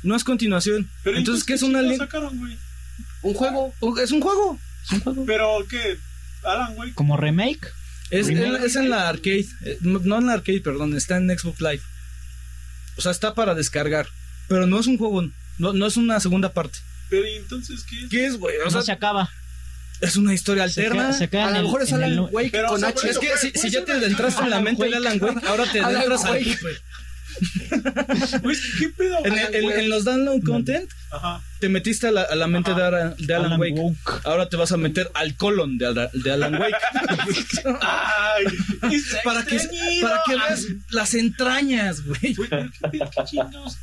No es continuación. Entonces, ¿qué es una ley? li- sacaron, güey? Un juego. Es un juego. Pero, ¿qué? Alan, güey. Como remake. Es, Remake. en la- es en la arcade. eh, No no en la arcade, perdón. Está en Xbox Live. O sea, está para descargar. Pero no es un juego. No, no es una segunda parte. Pero, ¿y entonces qué es? ¿Qué es, güey? O no sea, se acaba. es una historia Se queda- alterna. se queda A en lo el- mejor es en el Alan nu- Wake Pero, con o sea, por H. eso- Es que si, si ya te adentraste en la Alan mente de Alan Wake, ahora te Alan adentras al Wake. güey. Güey, ¿qué pedo? En, güey? el- en- en los download content, Ajá. te metiste a la, a la mente de, Ara- de Alan, Alan Wake. Wake. Ahora te vas a meter al colon de, Ala- de Alan Wake. *laughs* Ay, para, que, para que veas las entrañas, güey. Güey, pero ¿qué, pe- qué chingados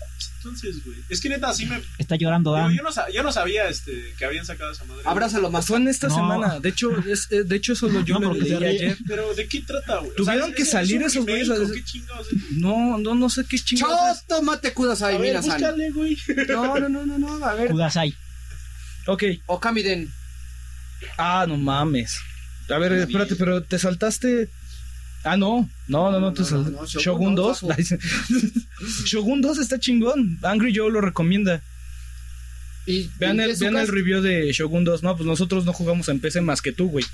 entonces, güey. Es que neta, así me. Está llorando digo, Dan. yo, no sa- yo no sabía este, que habían sacado esa madre. Abrázalo más. Fue en esta No. semana. De hecho, es- eh, de hecho eso lo, yo No, lo porque leí se ríe. ayer. Pero, ¿de qué trata, güey? Tuvieron que es- es salir un esos güeyes remake, a- ¿o ¿Qué chingados? es? No, no, no sé qué chingados. Chos, tomate Kudasai, A ver, mira, San. búscale, güey. No, no, no, no, no, a ver. Kudasai. es. Ok. O Kamiden. Ah, no mames. A ver, espérate, pero te saltaste. Ah, no. No, no, no, te No, no, saltaste. no, Shogun Shogun 2. *laughs* no, Shogun 2 está chingón. Angry Joe lo recomienda. Y Vean y el, Tezuka, vean el review de Shogun 2. No, pues nosotros no jugamos en PC más que tú, güey.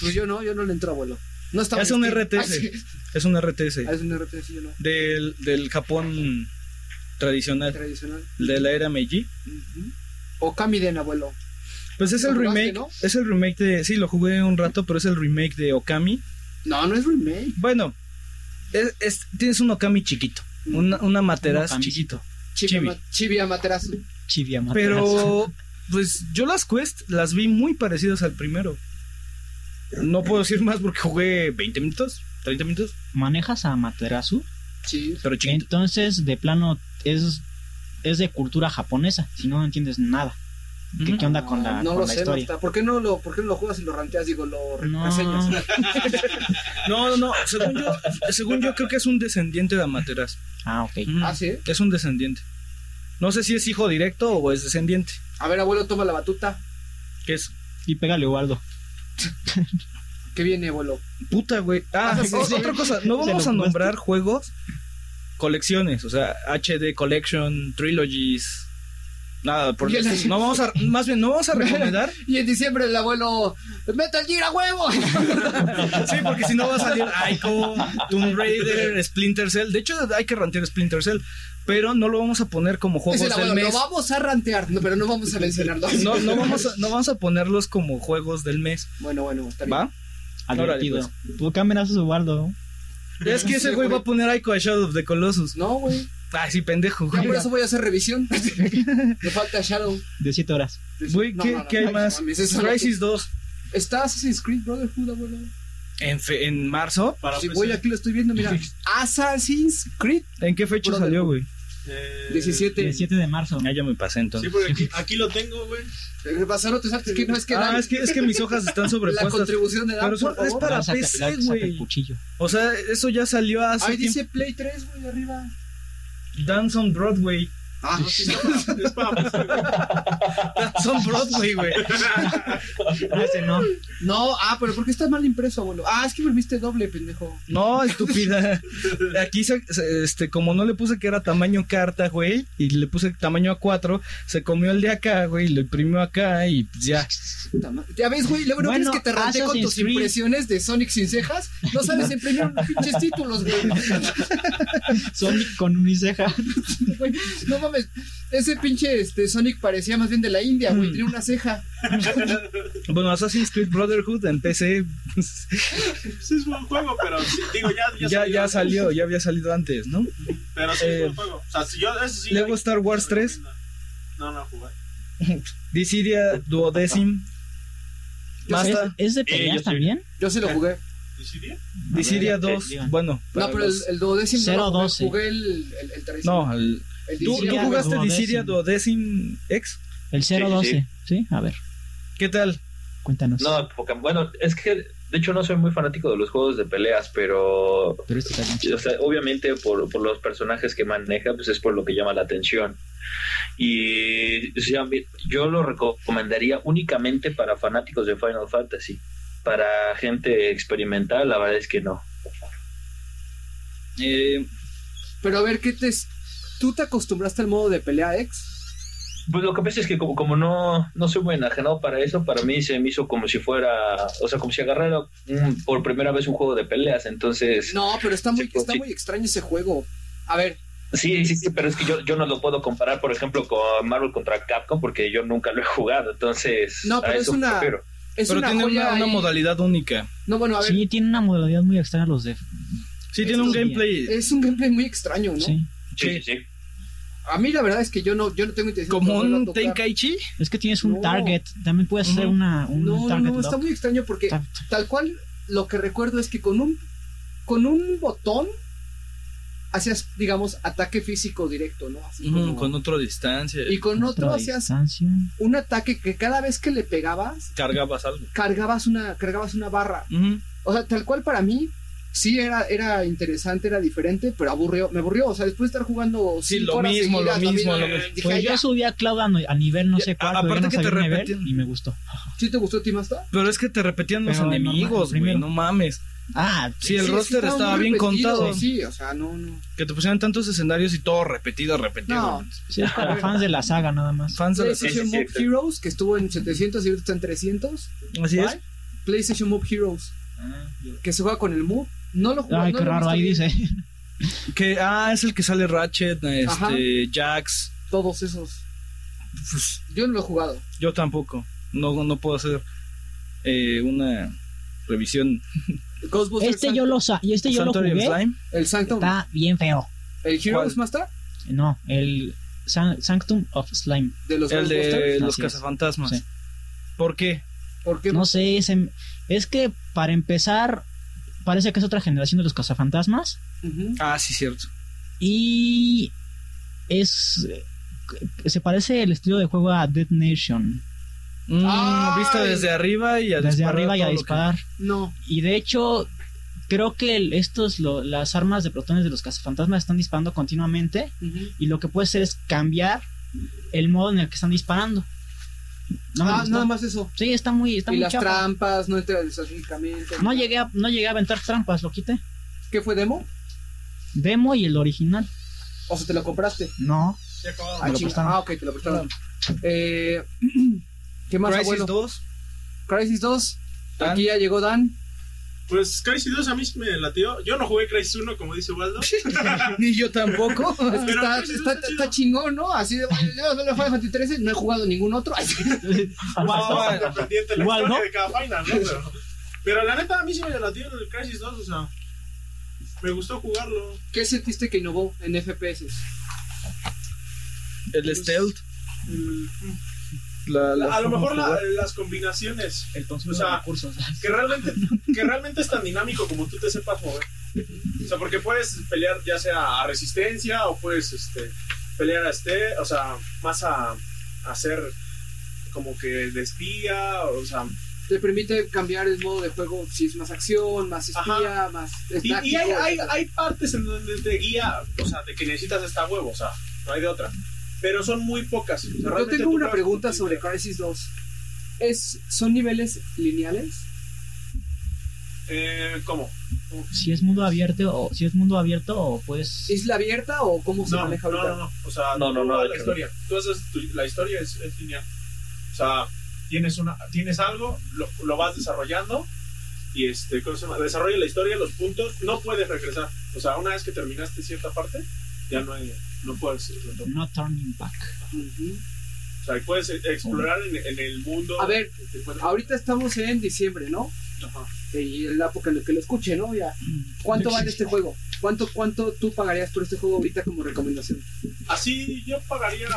Pues yo no, yo no le entro, abuelo. No estaba. Es en un Steam. Ah, RTS. Ay, sí. Es un RTS. Ah, Es un RTS, yo no. Del, del Japón tradicional. Tradicional. De la era Meiji. Ujú. O Kamiden, abuelo. Pues es ¿Lo el jugaste, remake. no? Es el remake de. Sí, lo jugué un rato, pero es el remake de Okami. No, no es remake. Bueno, es- es- tienes un Okami chiquito. Mm. Una, una materazo Okami. chiquito. Chibi, Chibi. ama- Chibi Amaterasu. Chivia Pero, pues yo las quest las vi muy parecidas al primero. No puedo decir más porque jugué 20 minutos, 30 minutos, ¿Manejas a Materasu? Sí. pero chiquito. Entonces, de plano, es, es de cultura japonesa. Si no, no entiendes nada. ¿Qué, qué onda con la, No con lo la sé, historia? Marta. ¿Por qué no lo, por qué no lo juegas y lo ranteas? Digo, lo No. reseñas. No, no, no. Según yo, según yo creo que es un descendiente de Amaterasu. Ah, ok. Ujú. Ah, sí. Es un descendiente. No sé si es hijo directo o es descendiente. A ver, abuelo, toma la batuta. ¿Qué es? Y pégale, Waldo. ¿Qué viene, abuelo? Puta, güey. Ah, Ah, sí, o- sí. otra cosa. No Se vamos lo a nombrar juegos colecciones, o sea, HD Collection, Trilogies. Nada, por Y el- no vamos *laughs* a, más bien, no vamos a recomendar. Y en diciembre el abuelo. ¡Metal Gear a *laughs* huevo! *laughs* Sí, porque si no va a salir Ico, Tomb Raider, Splinter Cell. De hecho, hay que rantear Splinter Cell, pero no lo vamos a poner como Es juegos el del abuelo. Lo mes. vamos a rantear, no, pero no vamos a mencionarlo. No, no vamos a, no vamos a ponerlos como juegos del mes, *laughs* Bueno, bueno, está bien. ¿va? Órale, Advertido. pues. Tú cámaras a su Waldo. Es que ese Sí, güey güey. va a poner Ico a Shadow of the Colossus. No, güey. Ay, sí, pendejo. Ya güey. por eso voy a hacer revisión. *laughs* Me falta Shadow. De 7 horas. Güey, No, ¿qué, no, no, qué hay no, más? mames, eso no- Crisis 2 Está Assassin's Creed Brotherhood, abuelo. en, fe- en marzo. Para Si PC. voy aquí lo estoy viendo, *laughs* mira. Assassin's Creed ¿En qué fecha Brother. salió, güey? Eh, 17. De 7 de marzo. Ah, ya me pasé Sí, entonces. porque aquí, aquí lo tengo, güey. Pasaron tus artes que no es que ah, Dan- es que, es que mis hojas están la sobrepuestas. contribución de Dan, Pero son- por es favor. para Waldo saca- PC, Waldo saca güey. el cuchillo. O sea, eso ya salió hace Ahí tiempo. dice Play 3, güey, arriba. Dance on Broadway. Ah, Sí, Es para, es para PC, güey. Dance on Broadway, güey. Ah, ese no. no, ah, pero ¿por qué está mal impreso, abuelo? Ah, es que volviste doble, pendejo. No, estúpida. Aquí, se- se- este, como no le puse que era tamaño carta, güey, y le puse tamaño a 4, se comió el de acá, güey, y lo imprimió acá y pues ya. Puta madre. Ya ves, güey, luego no Bueno, crees que te ranté con Assassin's tus Creed. impresiones de Sonic sin cejas. No sabes imprimir unos *laughs* pinches títulos, güey. *laughs* Sonic con uniceja. Güey, No mames, ese pinche este, Sonic parecía más bien de la India, güey, Mm. tenía una ceja. Bueno, Assassin's Creed Brotherhood en *laughs* PC Sí, es buen juego, pero sí, digo, ya, ya, ya, ya salió, ya había salido antes, ¿no? Pero sí es Eh, buen juego. O sea, si yo, ese sí. luego ahí- Star Wars se 3. recomienda. No, no, jugué. Dissidia Duodecim. ¿Es, Masta. es de Eh, yo peleas sí. también? Yo se lo jugué. ¿Decidió? Dissidia A ver, 2. digan. Bueno. No, Eh, para pero el, los- el duodécimo no lo jugué, 0-12. jugué el, el, el trece. No, el- El ¿tú, tú diecinueve. jugaste Duodecim. Dissidia Duodecim X? El Sí, sí, 012. Sí, sí. a ver, ¿Qué tal? cuéntanos. No, Pokémon. Bueno, es que de hecho no soy muy fanático de los juegos de peleas, pero Pero este está bien chido. o sea, obviamente por, por los personajes que maneja, pues es por lo que llama la atención. Y o sea, mi- yo lo recomendaría únicamente para fanáticos de Final Fantasy. Para gente experimental, la verdad es que no. Eh, Pero a ver, ¿qué te... ¿Tú te acostumbraste al modo de pelea ex? Pues lo que pasa es que como, como no, no soy muy enajenado para eso, para mí se me hizo como si fuera, o sea, como si agarrara un- por primera vez un juego de peleas. Entonces, No, pero está muy, Sí, pues, está sí. muy extraño ese juego. A ver, sí, sí, sí, pero es que yo, yo no lo puedo comparar, por ejemplo, con Marvel contra Capcom porque yo nunca lo he jugado. Entonces, No, a pero es eso me una- refiero. es pero una tiene joya una, una ahí. modalidad única. No, bueno, a ver, Sí, tiene una modalidad muy extraña los de. Sí, Es tiene un lo- gameplay. es un gameplay muy extraño, ¿no? Sí. Sí, sí, sí. A mí la verdad es que yo no, yo no tengo intención de como volverlo a un tocar. Tenkaichi. Es que tienes un No. target. También puedes hacer Ujú. una, un No, target. no, está lock. muy extraño porque Ta- tal cual lo que recuerdo es que con un con un botón hacías, digamos, ataque físico directo, ¿no? Así Ujú, como- con otra distancia. Y con otro Otra hacías distancia. un ataque que cada vez que le pegabas, Cargabas algo. cargabas una, cargabas una barra. Ujú. O sea, tal cual para mí, sí era, era interesante, era diferente, pero aburrió, me aburrió. O sea, después de estar jugando Sí, cinco lo horas mismo, seguidas, lo mismo, lo dije, mismo. Pues "Ay, yo ya". subí a Cloud a, a nivel no Ya, sé cuál, a- pero ya aparte no que sabía te el nivel repetían. y me gustó. ¿Sí te gustó Timasta? Pero es que te repetían los Pero normal, enemigos, güey. primero. No mames. Ah, Sí, el Sí, roster estaban estaba muy bien repetidos, contado. Sí, o sea, no, no. Que te pusieran tantos escenarios y todo repetido, repetido. No, sí, es *laughs* para fans de la saga nada más. Fans de la PlayStation sí, sí, Mob sí. Heroes, que estuvo en 700 y ahorita está en 300. Así es. ¿Cuál? PlayStation Mob Heroes, Ah, que se juega con el Move. No lo jugué. Ay, no qué lo he raro, visto ahí bien. dice. Que, ah, es el que sale Ratchet, Ajá. este, Jax. Todos esos. Pues, Yo no lo he jugado. yo tampoco. No, no puedo hacer eh, una revisión. Pues Ghostbusters. Este Sanct- yo Ah. lo sa- y este yo lo Santorium jugué. Slime. El Sanctum. Está bien feo. El Heroes Master. No, el San- Sanctum of Slime. De los El de Ghostbusters. los Así es. cazafantasmas. Sí. ¿Por qué? ¿Por qué No sé, ese- es que para empezar, parece que es otra generación de los cazafantasmas. Ujú. Ah, sí, cierto. Y es. eh, Se parece el estilo de juego a Dead Nation. Mm, Ay. vista desde arriba y a Desde disparar arriba y a todo lo que- disparar. No. Y de hecho, creo que el- estos, lo- las armas de protones de los cazafantasmas están disparando continuamente. Ujú. Y lo que puede hacer es cambiar el modo en el que están disparando. No me Ah, gustó. nada más eso. Sí, está muy, está y muy las chafa. trampas, no entra estratégicamente. No llegué, a, no llegué a aventar trampas, lo quité. ¿Qué fue demo? Demo y el original. O sea, te lo compraste. No, Se acababa. Ah, lo chinga. prestaron. Ah, ok, te lo prestaron. Eh, ¿Qué más, Crisis *laughs* abuelo? 2. Crisis 2. Dan. Aquí ya llegó Dan. Pues Crysis 2 a mí sí me latió. Yo no jugué Crysis 1, como dice Waldo. Ni yo *laughs* tampoco. está, Crisis está- está chido. está chingón, ¿no? Así de. Yo solo juego Fantasy 13, no he jugado ningún otro. Ay, sí. Wow, Wow. independiente la Igual, historia ¿no? de cada final, ¿no? Pero, pero la neta, a mí sí me latió el Crysis 2, o sea, me gustó jugarlo. ¿Qué sentiste que innovó en FPS? El stealth. Mm, la- la A lo forma mejor de la- jugar. las combinaciones, El consumo O sea, de recursos. que realmente, que realmente es tan dinámico como tú te sepas mover. O sea, porque puedes pelear ya sea a resistencia o puedes este, pelear a este, o sea, más a, a ser como que de espía, o sea, Te permite cambiar el modo de juego si es más acción, más espía, más. es Y, y táctico, hay, hay, hay partes en donde te guía, o sea, de que necesitas esta huevo, o sea, no hay de otra. Pero son muy pocas. O sea, Yo realmente tengo tú una juegas pregunta con- sobre Crisis 2. ¿Es, ¿Son niveles lineales? Eh, ¿Cómo? Si es mundo abierto o si es mundo abierto o pues ¿Isla abierta o cómo se No, maneja no, ahorita? no, no. O sea, No, no, tú no, vas de la hecho, historia. Tú haces tu- la historia es, es lineal. O sea, tienes, una, tienes algo, lo, lo vas desarrollando y este, ¿cómo se llama? Desarrolla la historia, los puntos, no puedes regresar. O sea, una vez que terminaste cierta parte, ya no, hay- no puedes retomar. no turning back. Ujú. O sea, puedes explorar en, en el mundo. A ver, que te encuentras. Ahorita estamos en diciembre, ¿no? Ajá. Y en la época en la que lo escuche, ¿no? Ya. ¿Cuánto vale este juego? ¿Cuánto, ¿Cuánto tú pagarías por este juego ahorita como recomendación? Así yo pagaría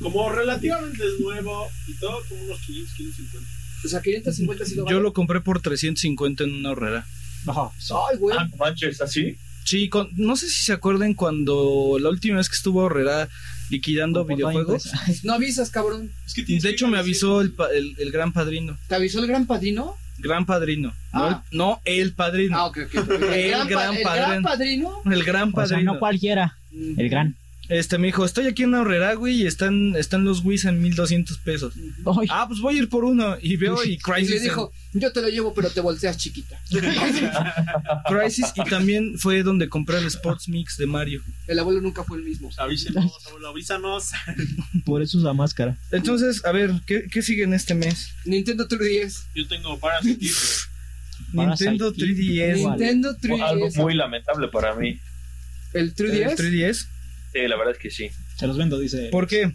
como relativamente es nuevo y todo como unos 500, 550. O sea, 550 si lo Yo vale. lo compré por 350 en una horrera. Ajá. Ay, güey. Ah, no manches, así. Sí, con- no sé si se acuerdan cuando la última vez que estuvo Horrera liquidando videojuegos. pues. No avisas, cabrón. Es que tienes De que hecho, me ir a decir- avisó el, pa- el- el gran padrino. ¿Te avisó el gran padrino? Gran padrino. No, Ah. el, no, el padrino. Ah, ok, ok. El, El gran pa- el gran padrino. El gran O sea, padrino. no cualquiera, el gran. Este me dijo, estoy aquí en la horrera, güey, y están, están los Wis en 1200 pesos. Ay, Ah, pues voy a ir por uno. Y veo y Y Crisis. le dijo, yo te lo llevo, pero te volteas chiquita. Crisis y también fue donde compré el Sports Mix de Mario. El abuelo nunca fue el mismo. Avísenos, abuelo, avísanos. por eso es la máscara. Entonces, a ver, ¿qué, qué sigue en este mes? Nintendo 3DS. Yo tengo para sentirme. Parasite Nintendo Eve. 3DS. Igual. Nintendo Fue algo 3DS. muy lamentable para mí. El ¿El 3DS. 3DS? Sí, la verdad es que sí. Se los vendo, dice. ¿Por qué?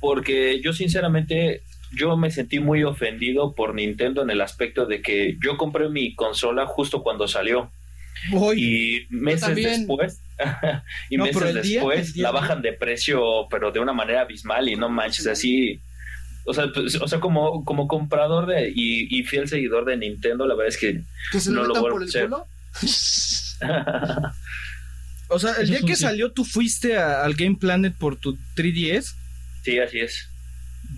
Porque yo sinceramente, yo me sentí muy ofendido por Nintendo en el aspecto de que yo compré mi consola justo cuando salió. Voy. y meses también. después *laughs* y No, pero meses el día- el después día- la bajan de precio pero de una manera abismal y no manches así o sea, pues, o sea como, como comprador de, y, y fiel seguidor de Nintendo la verdad es que *laughs* Que se lo No lo metan vuelvo por a el hacer. culo. O sea, el Eso día es un que sí. salió, tú fuiste a- al Game Planet por tu 3DS. Sí, así es.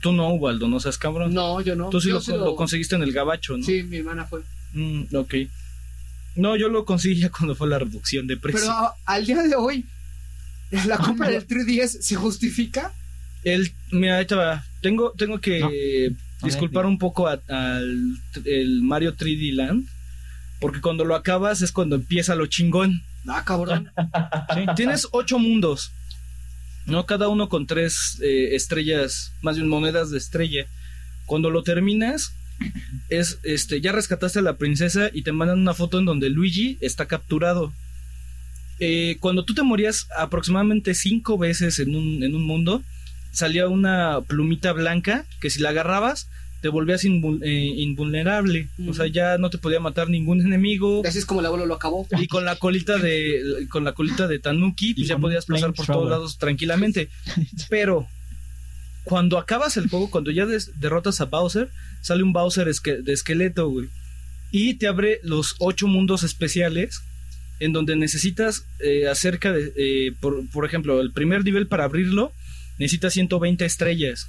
Tú no, Waldo, no seas cabrón. No, yo no. tú sí Yo lo, lo conseguiste en el gabacho, ¿no? Sí, mi hermana fue. Mm, ok. No, yo lo conseguí ya cuando fue la reducción de precio. Pero a- al día de hoy, la compra del 3DS se justifica. El, mira, ahí te va. Tengo, tengo que No. disculpar un poco a- al el Mario 3D Land. Porque cuando lo acabas es cuando empieza lo chingón. Ah, *laughs* cabrón. Sí, Tienes ocho mundos. ¿no? Cada uno con tres eh, estrellas, más bien monedas de estrella. Cuando lo terminas, es este, ya rescataste a la princesa y te mandan una foto en donde Luigi está capturado. Eh, cuando tú te morías aproximadamente cinco veces en un, en un mundo, salía una plumita blanca que si la agarrabas te volvías invul- eh, invulnerable. O sea, ya no te podía matar ningún enemigo Así es como el abuelo lo acabó. *laughs* y con la colita de con la colita de Tanuki pues Y ya con un podías pasar por todos flamethrower. lados *laughs* tranquilamente pero cuando acabas el juego cuando ya des- derrotas a Bowser sale un Bowser esque- de esqueleto güey y te abre los ocho mundos especiales en donde necesitas eh, acerca de eh, por, por ejemplo el primer nivel para abrirlo necesitas 120 estrellas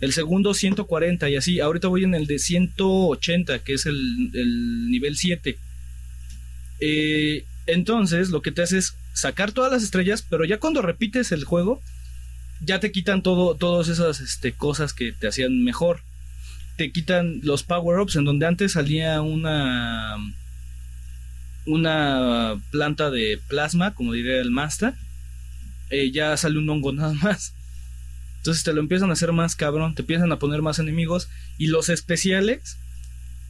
el segundo 140 y así. Ahorita voy en el de 180, que es el, el nivel 7. Eh, entonces, lo que te hace es sacar todas las estrellas, pero ya cuando repites el juego, ya te quitan todo, todas esas este, cosas que te hacían mejor. Te quitan los power-ups, en donde antes salía una. Una planta de plasma, como diría el Masta. eh, ya sale un hongo *laughs* nada más. Entonces te lo empiezan a hacer más cabrón, te empiezan a poner más enemigos. Y los especiales,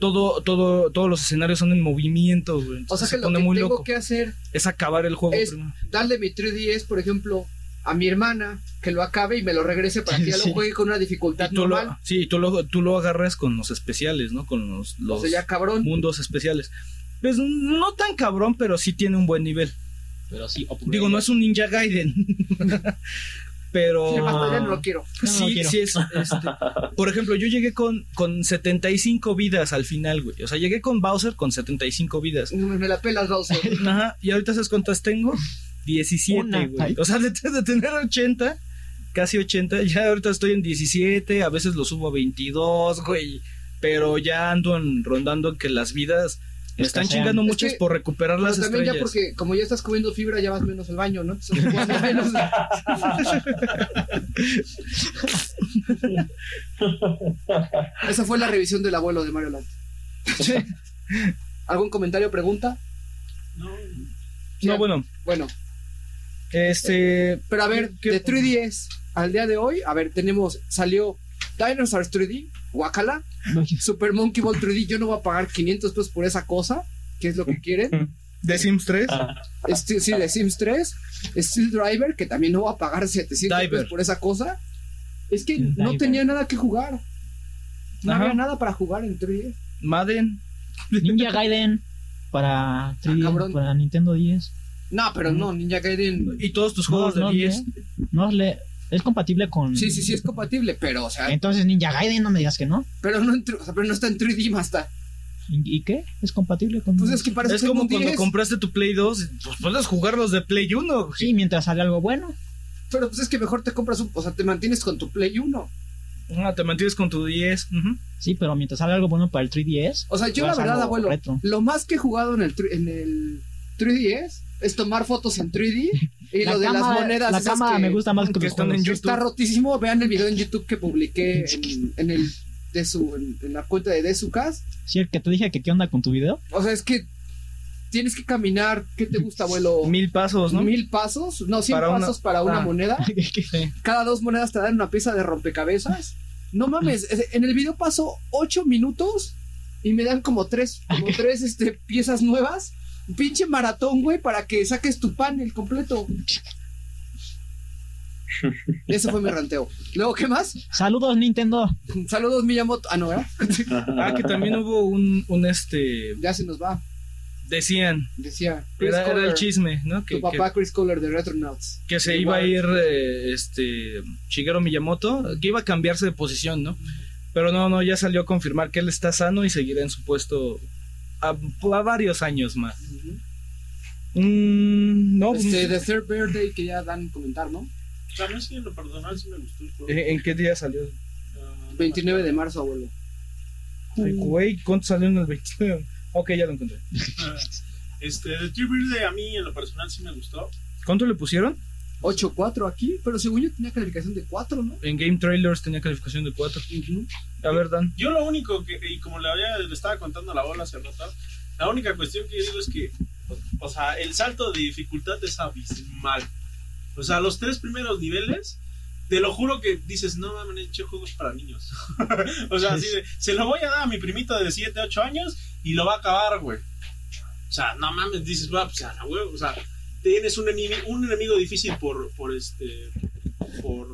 todo, todo, todos los escenarios son en movimiento, güey. O sea Entonces que se lo pone que muy tengo loco. que hacer, Es acabar el juego es- primero. darle mi 3DS, por ejemplo, a mi hermana, que lo acabe y me lo regrese para que ya Sí. lo juegue con una dificultad Y tú normal. lo, sí, tú lo, tú lo agarras con los especiales, ¿no? Con los, los O sea, ya cabrón. mundos especiales. Pues no tan cabrón, pero sí tiene un buen nivel. Pero sí, upgrade. Digo, no es un Ninja Gaiden. *laughs* pero. Ya basta, ya no lo quiero. no lo sí, quiero. sí es. este, por ejemplo, yo llegué con, con 75 vidas al final, güey. O sea, llegué con Bowser con 75 vidas. Me me la *laughs* pelas, Bowser. Ajá, y ahorita sabes cuántas tengo? 17, Una, güey. ay. O sea, de, de tener 80, casi 80, ya ahorita estoy en 17, a veces lo subo a 22, güey. Pero ya ando en- rondando que las vidas me están Escasean. chingando Es muchas que- por recuperar Pero las también estrellas. ya porque como ya estás comiendo fibra, ya vas menos al baño, ¿no? Entonces, vas *laughs* menos- Esa fue la revisión del abuelo de Mario Land. ¿Algún comentario, pregunta? No, bueno, Bueno, este. pero a ver, ¿Qué- de 3DS al día de hoy, a ver, tenemos, salió Dinosaurs 3D, Wakala, No, Super Monkey Ball 3D, yo no voy a pagar 500 pesos por esa cosa, que es lo que quieren. ¿De Sims 3? Este, sí, de Sims 3, Steel Driver, que también no va a pagar 700 Diver. pesos por esa cosa. Es que El no Diver. tenía nada que jugar. No Ajá. había nada para jugar en 3D. Madden. Ninja Gaiden para 3DS, cabrón. para Nintendo 10. No, pero no, Ninja Gaiden. Y todos tus juegos no, de 10. No le es compatible con Sí, sí, sí, es compatible, pero, o sea, Entonces Ninja Gaiden no me digas que no. pero no, en tr- o sea, pero no está en 3D, Masta. ¿Y y qué? ¿Es compatible con Pues es que parece Es como cuando 10, compraste tu Play 2, pues puedes jugar los de Play 1. güey. Sí, mientras sale algo bueno. Pero pues es que mejor te compras un. O sea, te mantienes con tu Play 1. Ah, te mantienes con tu 10. ujú. Sí, pero mientras sale algo bueno para el 3DS. O sea, yo la juegas verdad, algo abuelo, retro. lo más que he jugado en el, tr- en el 3DS es tomar fotos en 3D y La lo de las cámara- monedas. La esas cámara que- me gusta más que, que los están juegos. en Está YouTube. rotísimo. Vean el video en YouTube *laughs* que publiqué en, en el de su en, en la cuenta de Desucas. Sí, el que te dije que qué onda con tu video. *laughs* O sea, es que tienes que caminar. ¿Qué te gusta, abuelo? Mil pasos, ¿no? Mil pasos, no, cien Para una- pasos para una Ah. moneda. Sí. Cada dos monedas te dan una pieza de rompecabezas. No Mm. mames, es- en el video paso ocho minutos y me dan como tres, *laughs* como tres este, piezas nuevas. Un Pinche maratón, güey, para que saques tu *laughs* panel completo. Ese fue mi ranteo. Luego, ¿qué más? Saludos Nintendo. *laughs* Saludos Miyamoto. Ah, no, ¿verdad? Ah, que también hubo un, un este. Ya se nos va. Decían, Decía Chris era, era Kohler, el chisme, ¿no? Que, tu que- papá Chris Kohler de Retronauts. que se iba Igual. a ir eh, este Shigeru Miyamoto, que iba a cambiarse de posición, ¿no? Pero no, no, ya salió a confirmar que él está sano y seguirá en su puesto a, a varios años más. Mm, no, Este, The Third Birthday que ya dan comentar, ¿no? A mí sí, en lo personal sí me gustó el juego. ¿en en qué día salió? Ah, no 29 de marzo, abuelo. Mm. Ay, Güey, ¿cuánto salió en el 29? Ok, ya lo encontré. Ah, Este, The Tree Verde a mí en lo personal sí me gustó. ¿Cuánto le pusieron? 8-4 aquí, pero según yo tenía calificación de 4, ¿no? En Game Trailers tenía calificación de 4. A ver, Dan. Yo lo único que, y como le, había, le estaba contando a la bola hace rato, la única cuestión que yo digo es que, o, o sea, el salto de dificultad es abismal. O sea, los tres primeros niveles, te lo juro que dices, no mames, he hecho juegos para niños. *laughs* o sea, así de, se lo voy a dar a mi primito de 7, 8 años y lo va a acabar, güey. O sea, no mames, dices, va, pues a la huevo", O sea, tienes un, enemi- un enemigo difícil por, por este, por,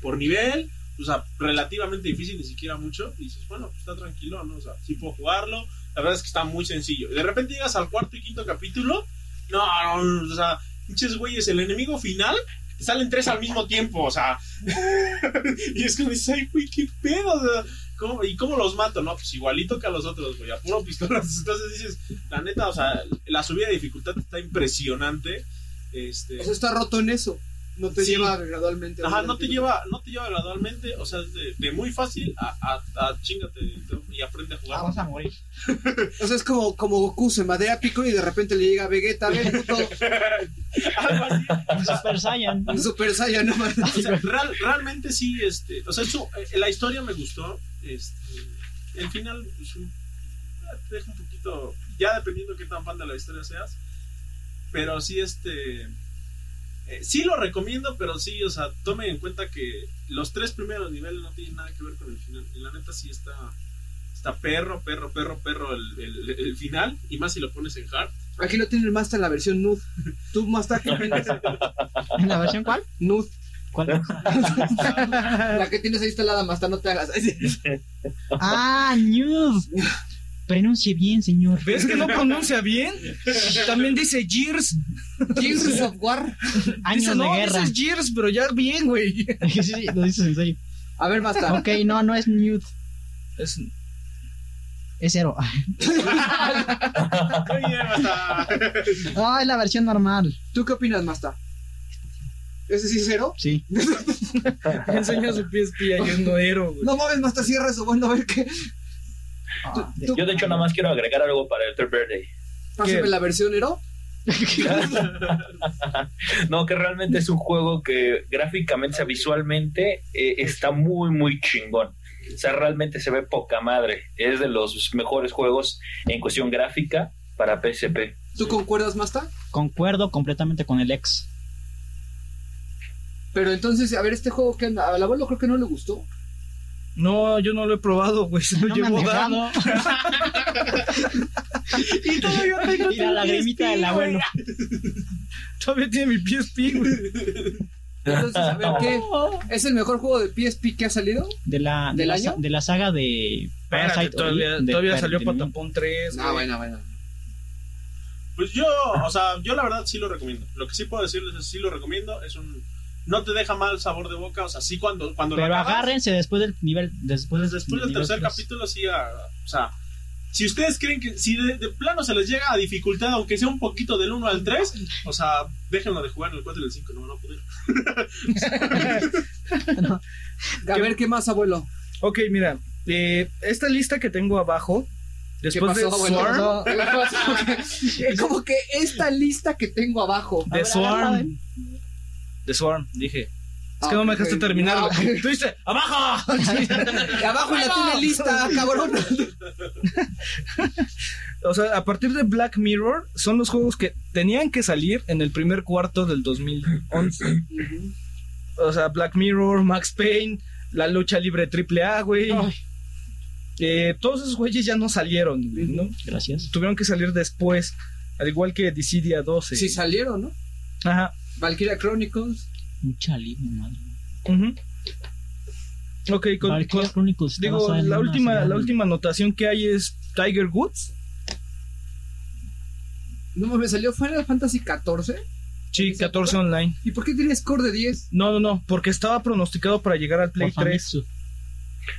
por nivel o sea, relativamente difícil, ni siquiera mucho, y dices, bueno, pues está tranquilo, ¿no? O sea, sí puedo jugarlo, la verdad es que está muy sencillo. Y de repente llegas al cuarto y quinto capítulo, no, no, o sea, pinches güeyes, el enemigo final, te salen tres al mismo tiempo, o sea, *laughs* y es como dices, ay, güey, qué pedo, o sea, ¿cómo- ¿y cómo los mato? No, pues igualito que a los otros, güey, a puro *laughs* pistolas. Entonces dices, la neta, o sea, la subida de dificultad está impresionante. Este, O sea, está roto en eso. No te Sí. lleva gradualmente. Ajá, no te lleva, no te lleva gradualmente, o sea, de, de muy fácil a, a, a chingate y aprende a jugar. Vamos a morir. O sea, es como, como Goku se madea a Piccolo y de repente le llega a Vegeta, ven, puto, *laughs* *laughs* Algo así. Super Saiyan. Super Saiyan, no *laughs* mames. O sea, real- realmente sí, este, o sea, eso, eh, la historia me gustó, este, el final pues, un- te deja un poquito, ya dependiendo de qué tan fan de la historia seas, pero sí, este, eh, sí lo recomiendo, pero sí, o sea, tomen en cuenta que los tres primeros niveles no tienen nada que ver con el final, y la neta sí está, está perro, perro, perro, perro el, el- el final, y más si lo pones en hard. Aquí lo tiene el Master en la versión nude. Tú, Master, que *laughs* vendes ¿En la versión cuál? nude. *laughs* ¿Cuál? La que tienes ahí instalada, Master, no te hagas. *laughs* Ah, News. Pronuncie bien, señor. ¿Ves que no pronuncia *laughs* bien? También dice Gears. Gears of War. Años Dice, de no, guerra. dices *laughs* Gears, pero ya bien, güey. Sí, sí, lo dices *laughs* en serio. A ver, Master. Ok, no, no es Nude. Es- *laughs* Es cero. *laughs* Oye, basta. Ah, es la versión normal. ¿Tú qué opinas, Master? ¿Ese sí es cero? Sí. enseña su PSP a John Noero, güey. No mames, Master, cierra eso. Bueno, a ver qué. Ah, tú- Yo, de hecho, nada más quiero agregar algo para el Third Birthday. Pásame la versión ero. No, que realmente es un juego que gráficamente, o sea, visualmente, eh, está muy, muy chingón. O sea, realmente se ve poca madre. Es de los mejores juegos en cuestión gráfica para PSP. ¿Tú concuerdas, Master? Concuerdo completamente con el ex. Pero entonces, a ver, este juego que anda. Al abuelo creo que no le gustó. No, yo no lo he probado, güey. Se lo No me han llevo Dan. *laughs* dejado. Y todavía tengo Y la mi lagrimita PSP, del güey. abuelo. Todavía tiene mi PSP, güey. Entonces, a ver *laughs* qué. ¿Es el mejor juego de PSP que ha salido? De la, de ¿Del la, año? sa- de la saga de. Espérate, Parasite todavía, Ori, de todavía Parasite salió Ori. Patapón 3. Ah, bueno, bueno. Pues yo, o sea, yo la verdad sí lo recomiendo. Lo que sí puedo decirles es sí lo recomiendo. Es un. No te deja mal sabor de boca. O sea, sí cuando, cuando lo Pero acabas, agárrense después del nivel. Después, pues después del nivel tercer tres. capítulo, sí. a- o sea, si ustedes creen que. Si de, de plano se les llega a dificultad, aunque sea un poquito del 1 al 3, o sea, déjenlo de jugar en el 4 y el 5. No van a poder. A ver qué más, abuelo. Ok, mira. eh, esta lista que tengo abajo, ¿Qué después pasó, de abuelo? Swarm, *laughs* ¿Qué *laughs* pasó? Es como que esta lista que tengo abajo. De Swarm. De Swarm, dije. Es que no me dejaste terminar. Ah, güey. *laughs* Tú dices, ¡abajo! ok. Abajo la *laughs* tiene lista, cabrón. o sea, a partir de Black Mirror, son los juegos que tenían que salir en el primer cuarto del 2011. o sea, Black Mirror, Max Payne, la lucha libre triple A, güey. Ay. Eh, todos esos güeyes ya no salieron, güey, ¿no? Gracias. Tuvieron que salir después. Al igual que Dissidia 12. Sí salieron, ¿no? Ajá. Valkyria Chronicles. Mucha libre, madre. ujú. Ok, con- con, Valkyria Chronicles está Digo, basada en la una última, saga la de- última anotación que hay es Tiger Woods. No me salió Final Fantasy 14. Sí, ¿Exacto? 14 online. ¿Y por qué tiene score de 10? No, no, no, porque estaba pronosticado para llegar al Play por 3. Famitsu.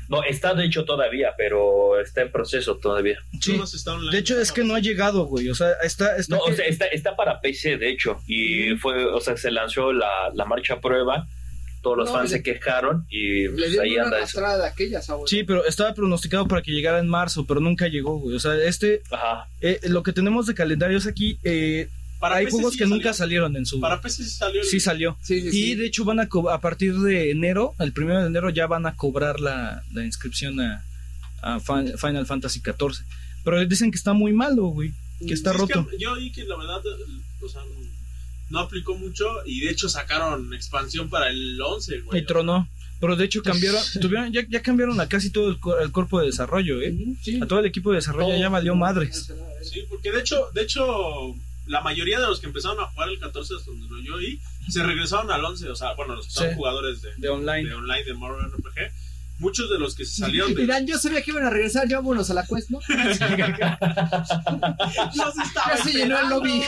No, está de hecho todavía, pero está en proceso todavía. Sí. Nomás está online. De hecho, es que no ha llegado, güey. O sea, está. Pues está No, que- o sea, está, está para PC, de hecho. Y fue, o sea, se lanzó la, la marcha prueba. Todos los No, fans le- se quejaron y Le pues, ahí dieron una anda eso. arrastrada de aquellas, abuelo. Sí, pero estaba pronosticado para que llegara en marzo, pero nunca llegó, güey. O sea, este, Ajá. eh, lo que tenemos de calendarios aquí, eh, Para hay PC juegos sí que salió. nunca salieron en su. Para PC sí salió. el- Sí salió. Sí, sí, Y sí. de hecho van a co- a partir de enero, el primero de enero ya van a cobrar la, la inscripción a, a Fan- Final Fantasy XIV. Pero dicen que está muy malo, güey. Que está Sí, es roto. que yo oí que la verdad, o sea, no aplicó mucho y de hecho sacaron expansión para el 11, güey. Y tronó. Pero de hecho *laughs* cambiaron, tuvieron, ya, ya cambiaron a casi todo el, cu- el cuerpo de desarrollo, ¿eh? Ujú, sí. A todo el equipo de desarrollo ya valió madres. Sí, porque de hecho, de hecho, la mayoría de los que empezaron a jugar el 14 hasta donde yo oí, se regresaron al 11, o sea, bueno, los que son Sí. jugadores de, De online. de online de Marvel RPG, muchos de los que se salieron de... Dirán, yo sabía que iban a regresar, ya vámonos a la quest, *laughs* ¿no? ¡Los estaba Ya se llenó el lobby.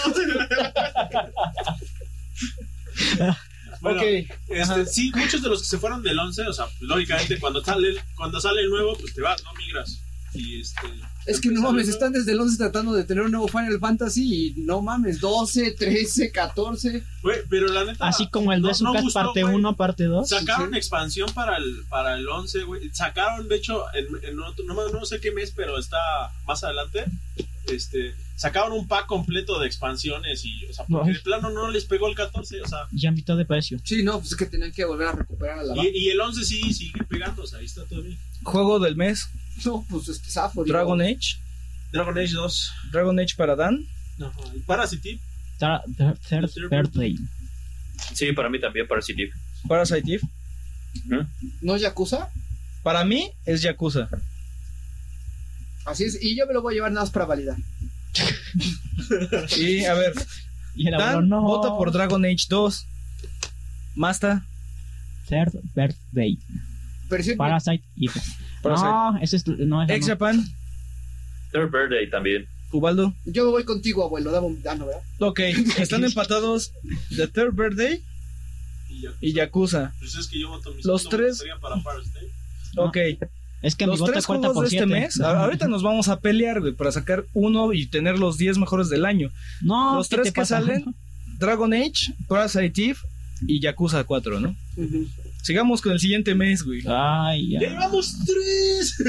Bueno, Ok. Este, sí, muchos de los que se fueron del 11, o sea, lógicamente cuando sale, el- cuando sale el nuevo, pues te vas, no migras. Y este, Es *laughs* que no mames, están desde el 11 tratando de tener un nuevo Final Fantasy y no mames, 12, 13, 14. Güey, pero la neta. Ah, Así como el no- de no Zucas gustó, parte güey. 1, parte 2. Sacaron expansión para el, para el 11, güey. Sacaron, de hecho, en, en otro, no, me- no sé qué mes, pero está más adelante. Este, sacaron un pack completo de expansiones y, o sea, porque Ay. de plano no les pegó el 14, o sea, Ya mitad de precio. Sí, no, pues es que tenían que volver a recuperar a la y, y el 11 sí sigue pegando, o sea, ahí está todo bien. Juego del mes, No, pues este zafo. digo. Dragon Age. Dragon Age 2. Dragon Age para Dan. Ajá, y Parasite, Tra- thir- Third Third birthday. Sí, para mí también, para CD. Parasite Eve. ¿No es Yakuza? Para mí es Yakuza. Así es, y yo me lo voy a llevar nada más para validar. Y a ver, Y el abuelo, Dan no. vota por Dragon Age 2. Masta. Third birthday. Versión Parasite y. Parasite. No, ese es. No, esa Ex no. Japan. Third Birthday también. Ubaldo. Yo me voy contigo, abuelo. Dame un dano, ¿verdad? Ok, están empatados The Third Birthday y ya. y Yakuza. Ah, Pues es que yo voto mis Los no, tres- sería para Parasite. No, Ok, Es que los mi voto tres cuenta juegos de por este 7. mes. a- Ahorita nos vamos a pelear, güey, para sacar uno y tener los 10 mejores del año. No, los ¿qué tres te que pasa? salen. Dragon Age, Parasite Eve y Yakuza 4, ¿no? Sigamos con el siguiente mes, güey. Ay, ya. ¡Ya llevamos tres!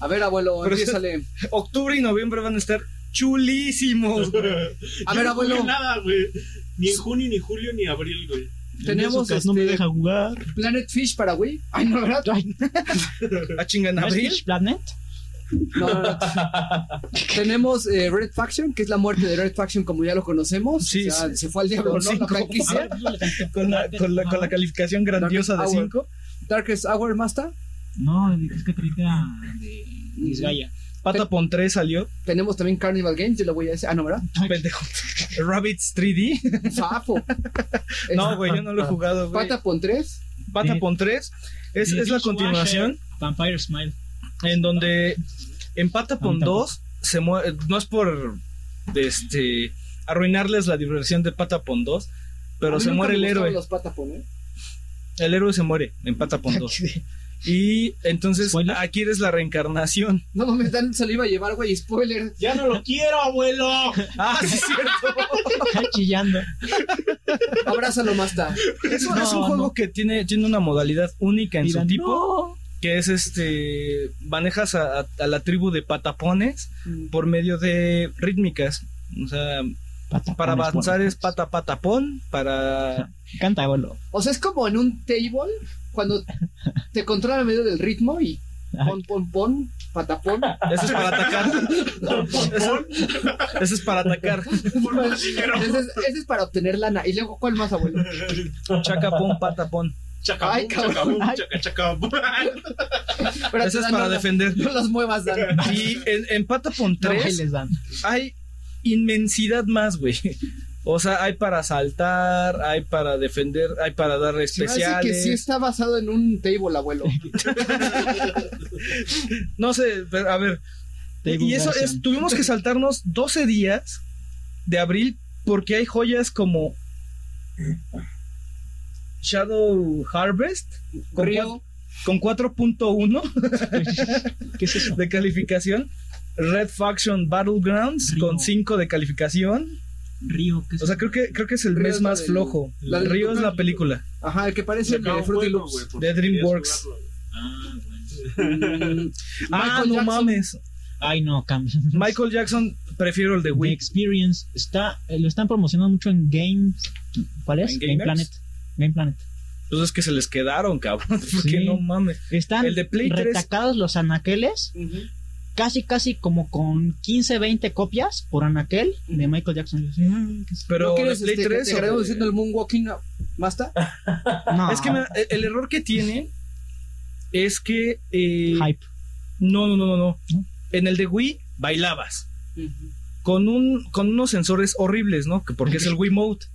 A ver, abuelo, Pero- empiézale. Octubre y noviembre van a estar *laughs* chulísimos. güey. A Yo ver, no jugué abuelo, nada, güey. Ni en junio, ni julio, ni abril, güey. tenemos Zucas no me este- deja jugar. Planet Fish para Wii. Ay, no, ¿verdad? Ay, ¿A chingan ¿no es Ah, abril? Fish Planet? No, *laughs* no, no. tenemos eh, Red Faction, que es la muerte de Red Faction como ya lo conocemos. Sí, o sea, se fue al diablo, Con ¿no? La cinco. franquicia. Con la, con la- con la calificación *laughs* grandiosa de Darkest Hour. 5. Darkest Hour Master. No, es que creí que era de Disgaea. Patapon 3 *laughs* salió. Tenemos también Carnival Games, yo lo voy a decir. Ah, *laughs* no, ¿verdad? Pendejo. Rabbits *laughs* 3D. Zafo. No, güey, yo no lo he jugado, güey. Patapon 3. Patapon 3 es, es la continuación Vampire Smile. en donde en Patapon A mí tampoco. 2 se mue- no es por este arruinarles la diversión de Patapon 2, pero se muere el héroe. Los Patapon, ¿eh? El héroe se muere en Patapon *laughs* 2. Y entonces ¿Spoiler? aquí eres la reencarnación. *laughs* No mames, Dan se lo iba a llevar, güey. Spoiler. ¡Ya no lo quiero, abuelo! Ah, sí, es cierto. Está chillando. Abrázalo, Masta. *laughs* Es, un- No, es un juego no. que tiene, tiene una modalidad única en Mira, su tipo. no. que es este manejas a, a- a la tribu de patapones por medio de rítmicas o sea Patapones, para avanzar bueno. es pata patapón *laughs* para Canta, abuelo. O sea, es como en un table, cuando te controla medio del ritmo y pon, pon, pon, patapón. eso es para atacar eso, eso es para atacar Ese es, ese es para obtener lana. Y luego, ¿cuál más, abuelo? chacapón patapón Ay, cabrón. Chacabum, chacabum, Ay. chaca, chacabum. *laughs* Espérate, eso es Dan, para no, no, defender No las muevas, Dan. *laughs* y en, en patapón No 3 bailes, Dan. hay inmensidad más güey o sea, hay para saltar, hay para defender, hay para dar Se me hace que especiales. sí está basado en un *laughs* table, abuelo. No sé, pero a ver, Table y eso version. es, tuvimos que saltarnos 12 días de abril porque hay joyas como Shadow Harvest, con Río, cua- con 4.1 *laughs* ¿Qué es eso? de calificación. Red Faction Battlegrounds Río. con 5 de calificación. Río, ¿qué es O sea, creo que, creo que es el Río mes es la más del- flojo. la del Río es la Coca-Cola. película. Ajá, el que parece el de Fruity Loops. De DreamWorks. Mm, *laughs* Ah, Michael no Jackson. mames. Ay, no, *laughs* cambia. Michael Jackson, prefiero el de The Wii. Experience está, eh, lo están promocionando mucho en Games. ¿Cuál es? ¿En Game Gamers? Planet. Game Planet. Pues es que se les quedaron, cabrón. *laughs* Porque Sí. no mames. Están El de Play tres. retacados los anaqueles, Ujú. casi, casi como con 15, 20 copias por anaquel de Michael Jackson. Yo así, "Ay, *laughs* ¿qué es eso?". Pero ¿No de quieres Play este, que 3 te o Ah, grabemos de- haciendo el Moonwalking Masta? No, Es que me- el, el error que tiene es que. eh, hype. no, no, no, no, no. ¿No? En el de Wii bailabas. Con, un, con unos sensores horribles, ¿no? Que Porque es el Wiimote.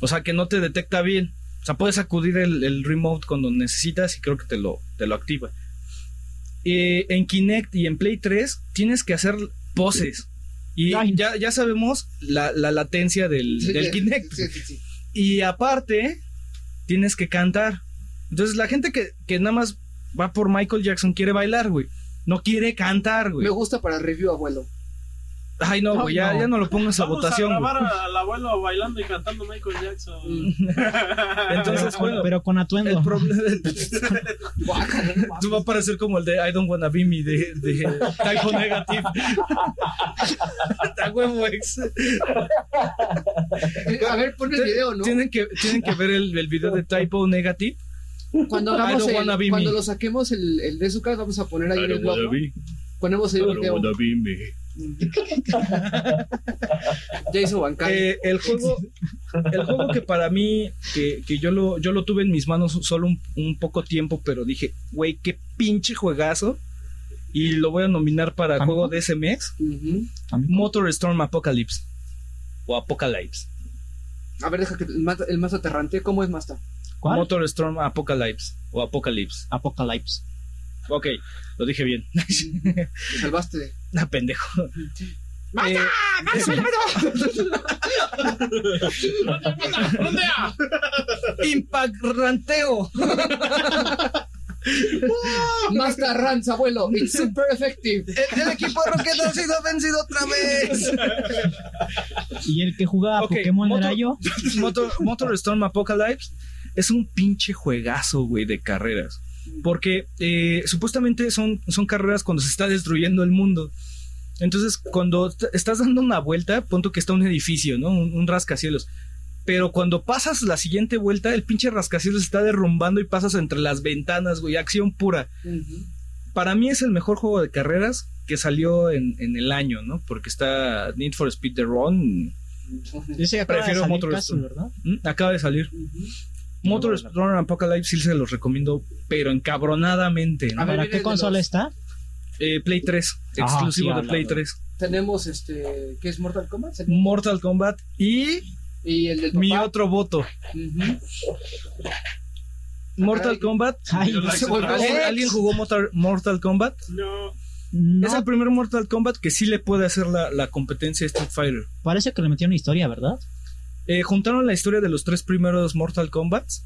O sea, que no te detecta bien. O sea, puedes acudir el, el remote cuando necesitas y creo que te lo, te lo activa. Eh, en Kinect y en Play 3 tienes que hacer poses. Y Ay. ya, ya sabemos la, la latencia del, Sí, del sí, Kinect. sí, sí, sí. Y aparte, tienes que cantar. Entonces, la gente que, que nada más va por Michael Jackson quiere bailar, güey. No quiere cantar, güey. Me gusta para review, abuelo. Ay, no, No, güey, ya, no. ya no lo pongas a Vamos votación. a güey. grabar al abuelo bailando y cantando Michael Jackson. Mm. *laughs* Mm. Entonces, pero, bueno, pero con atuendo. el problema Tú va a parecer como el de I don't wanna be me de, de Typo Negative. A huevo, ex. Eh, A ver, pon el video, ¿no? Tienen que, tienen que ver el, el video de Typo Negative. Cuando, I hagamos don't el- wanna be cuando me. lo saquemos el, el de su casa, vamos a poner ahí en el blog, ¿no? be, Ponemos ahí el video. be me. *laughs* Jason Bancal. Eh, el juego el juego que para mí que, que yo lo yo lo tuve en mis manos solo un, un poco tiempo pero dije güey qué pinche juegazo y lo voy a nominar para ¿Tampoco? juego de ese mes Ujú. Motor Storm Apocalypse o Apocalypse A ver, deja que el más, el más aterrante, ¿cómo es Masta? ¿Cuál? Motor Storm Apocalypse o Apocalypse Apocalypse. ok lo dije bien *laughs* Te salvaste. ah, pendejo Eh, Impact Ranteo Masta Rans, abuelo. It's super effective. el, el equipo Rocket ha sido vencido otra vez Y el que jugaba Ok, Pokémon moto- era yo. Motor, Motor Storm Apocalypse es un pinche juegazo, güey, de carreras. Porque eh, supuestamente son, son carreras cuando se está destruyendo el mundo. Entonces, cuando t- estás dando una vuelta, punto que está un edificio, ¿no? Un, un rascacielos. Pero cuando pasas la siguiente vuelta, el pinche rascacielos se está derrumbando y pasas entre las ventanas, güey. Acción pura. Para mí es el mejor juego de carreras que salió en, en el año, ¿no? Porque está Need for Speed The Run. Ese acaba de Prefiero salir Motor casi, Storm. ¿verdad? Mm, Acaba de salir. Motor Explorer Apocalypse sí se los recomiendo, pero encabronadamente. ¿no? A ver, ¿Para viene qué de consola los- está? Eh, Play 3, Ajá, exclusivo Ah. sí, de Play hablando. 3. Tenemos este. ¿Qué es Mortal Kombat? Mortal Kombat y Y el del papá. mi otro voto. Ujú. Mortal caray. Kombat. Ay, Yo no, like se it. volvió- ¿Alguien, alguien jugó Mortal, Mortal Kombat? *laughs* No. no, Es el primer Mortal Kombat que sí le puede hacer la, la competencia a Street Fighter. parece que le metieron historia, ¿verdad? Eh, juntaron la historia de los tres primeros Mortal Kombats,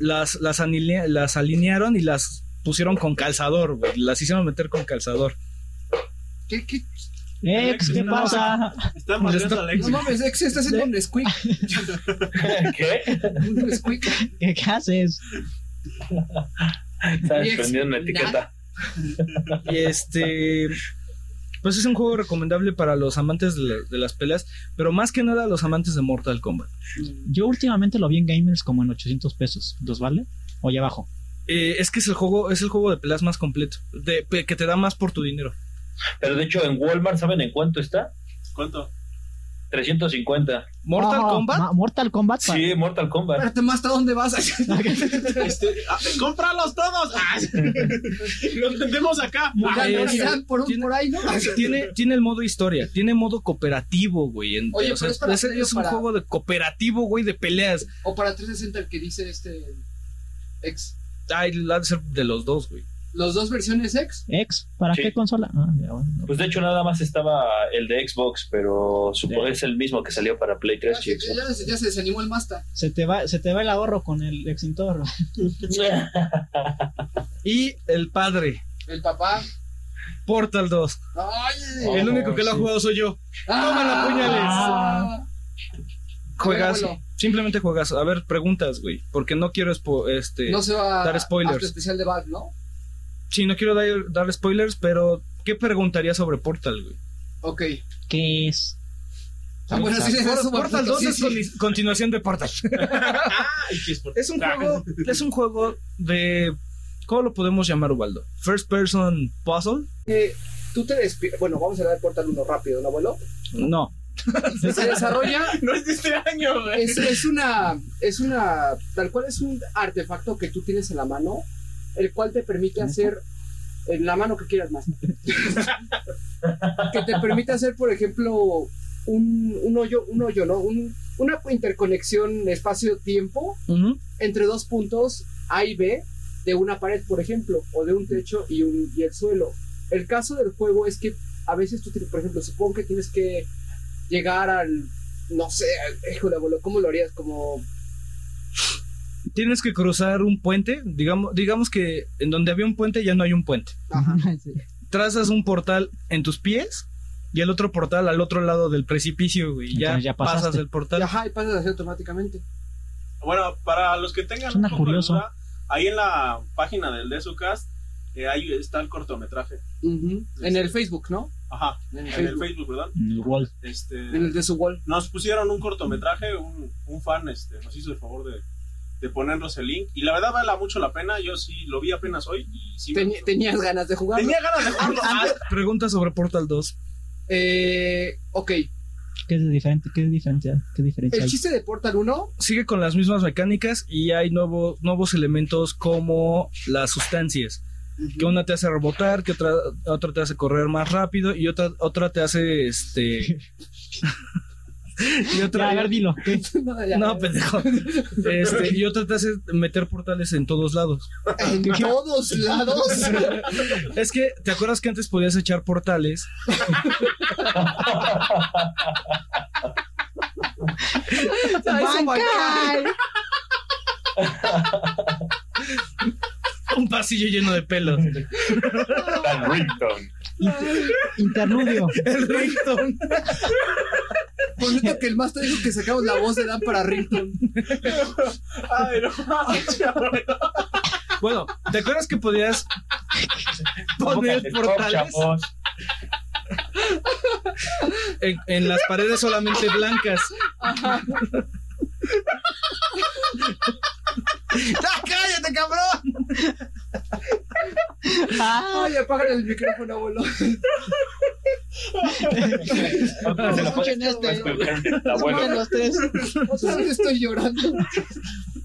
las, las, anile- las alinearon y las pusieron con calzador, güey, Las hicieron meter con calzador. ¿Qué, qué? Ex, Eh, pues, ¿qué No. pasa? Está matando a No Alexis. mames, Ex, estás haciendo un squeak. ¿Qué? Un squeak. *laughs* ¿Qué qué haces? *laughs* Estás prendiendo una etiqueta. Y este. Pues es un juego recomendable para los amantes de, la- de las peleas, pero más que nada los amantes de Mortal Kombat. Yo últimamente lo vi en Gamers como en 800 pesos. ¿Los vale? O ya abajo. Eh, es que es el juego, es el juego de peleas más completo, de, pe- que te da más por tu dinero. Pero de hecho, en Walmart, ¿saben en cuánto está? ¿Cuánto? 350. Mortal Oh, Kombat, Ma- Mortal Kombat. pa- Sí, Mortal Kombat. Espérate, Masta, ¿dónde vas? *laughs* Este, ah, ¡Cómpralos todos! *laughs* Ah, ¡Los vendemos acá! Ah, Ya no es- irán por un tiene- por ahí, ¿no? tiene, tiene el modo historia, tiene modo cooperativo, güey. en- Oye, o sea, pero es para es, serio, es un para- juego de cooperativo, güey, de peleas. O para 360 el que dice este. Ex. Ay, la ha de ser de los dos, güey. Los dos versiones Ex. Ex, ¿para Sí. qué consola? Ah, ya, bueno, no. Pues de hecho, nada más estaba el de Xbox, pero supongo Eh. es el mismo que salió para Play Ah, Ya, 3 y Xbox. ya- ya se desanimó el Masta. Se te va, se te va el ahorro con el extintor. Y el padre, El papá. Portal 2. ¡Ay! Oh. el único que lo ha sí. jugado soy yo. ¡Ah! puñales! Ah. Juegas, Abuelo, abuelo, simplemente juegas. A ver, preguntas, güey. Porque no quiero expo- este. No se va Dar spoilers. a tu especial de Bad, ¿no? Sí, no quiero dar, dar spoilers, pero ¿qué preguntaría sobre Portal, güey? Ok. *laughs* ¿Qué es? Ah, bueno, sí, Por- es un Portal maldito, 2 sí, es sí. con- continuación de Portal. es un juego, es un juego de ¿cómo lo podemos llamar, Ubaldo? First person puzzle? Eh, Tú te despiertas. Bueno, vamos a hablar de Portal 1 rápido, ¿no, abuelo? No. *laughs* Se desarrolla *laughs* No es de este año, güey. es, es una, es una, tal cual es un artefacto que tú tienes en la mano, el cual te permite hacer en la mano que quieras más. que te permite hacer, por ejemplo, un, un hoyo, un hoyo, ¿no? Un- una interconexión espacio-tiempo Ujú. entre dos puntos A y B de una pared, por ejemplo, o de un techo y, un, y el suelo. El caso del juego es que a veces tú, tienes- por ejemplo, supongo que tienes que llegar al, no sé, al- híjole, abuelo, ¿cómo lo harías? Como, Tienes que cruzar un puente, digamos, digamos que en donde había un puente ya no hay un puente. ajá, Sí. Trazas un portal en tus pies y el otro portal al otro lado del precipicio, güey. Ya, Entonces ya pasaste. pasas el y portal. ajá, y pasas así automáticamente. Bueno, para los que tengan Suena un poco de curioso. duda, ahí en la página del Desucast, eh, ahí está el cortometraje. Ujú. En el Facebook, ¿no? Ajá, En el en el Facebook. Facebook, ¿verdad? El rol. Este, En el de su wall. nos pusieron un cortometraje, un, un fan este, nos hizo el favor de, de ponernos el link. Y la verdad vale mucho la pena, yo sí lo vi apenas hoy. Y sí me Teni- gustó. tenías ganas de jugar. Tenía ganas de jugarlo. Ah, Pregunta sobre Portal 2. Eh, ok, ¿Qué es diferente? ¿Qué es diferencia? ¿Qué diferencia el hay? chiste de Portal 1, Sigue con las mismas mecánicas y hay nuevo- nuevos elementos como las sustancias. que una te hace rebotar, que otra, otra te hace correr más rápido y otra, otra te hace este. *laughs* y Ya, otra. a ver, dilo. ¿Qué? *laughs* no, *laughs* ya. no, pendejo. Este, y otra te hace meter portales en todos lados. en todos lados. *laughs* Es que, ¿te acuerdas que antes podías echar portales? Un pasillo lleno de pelos. Tan ringtone. *laughs* Interludio. El ringtone. Por cierto, que el master dijo que sacamos la voz de Dan para Rington. Ay, no mames, cabrón. Bueno, ¿te acuerdas que podías Tócate poner el portales top, chavos. en, en las paredes solamente blancas? *laughs* ¡Ah, ¡Cállate, cabrón! Ay, apágale el micrófono, abuelo. No, no se lo puedes- Escuchen este. puedes colgar del abuelo. Escuchen los tres. Otra vez estoy llorando.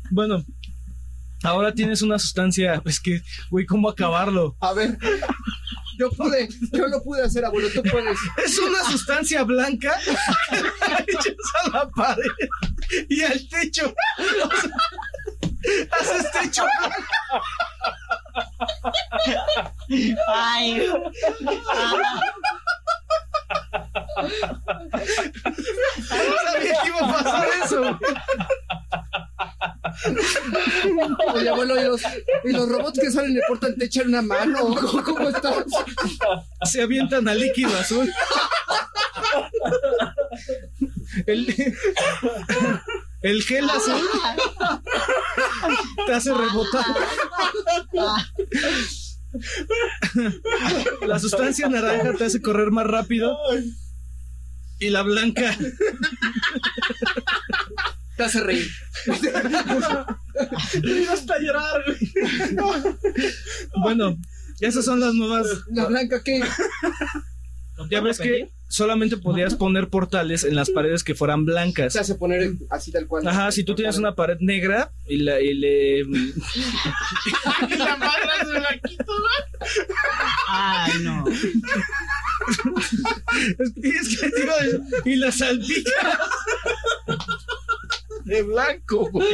Bueno, ahora tienes una sustancia. Es que, güey, ¿cómo acabarlo? A ver, yo pude, yo lo pude hacer, abuelo, tú puedes. Es una sustancia blanca *laughs* que la echas a la pared y al techo. O sea, haces techo *laughs* blanco. Ay. Sabía que iba a pasar eso. güey. Oye, abuelo, y los, y los robots que salen de portal te echan una mano. ¿Cómo, cómo estás? Se avientan al líquido azul. El, el gel azul te hace rebotar. La sustancia naranja te hace correr más rápido. Y la blanca. Te hace reír. Bueno, esas son las nuevas. La blanca, ¿qué? Ya ves que solamente podías poner portales en las paredes que fueran blancas. Se hace poner así tal cual. Ajá, si tú tienes una pared negra y, la, y *laughs* le La madre se la quito, güey. Ay, no. Es que, es que te iba a decir, y la salpicas de blanco. güey.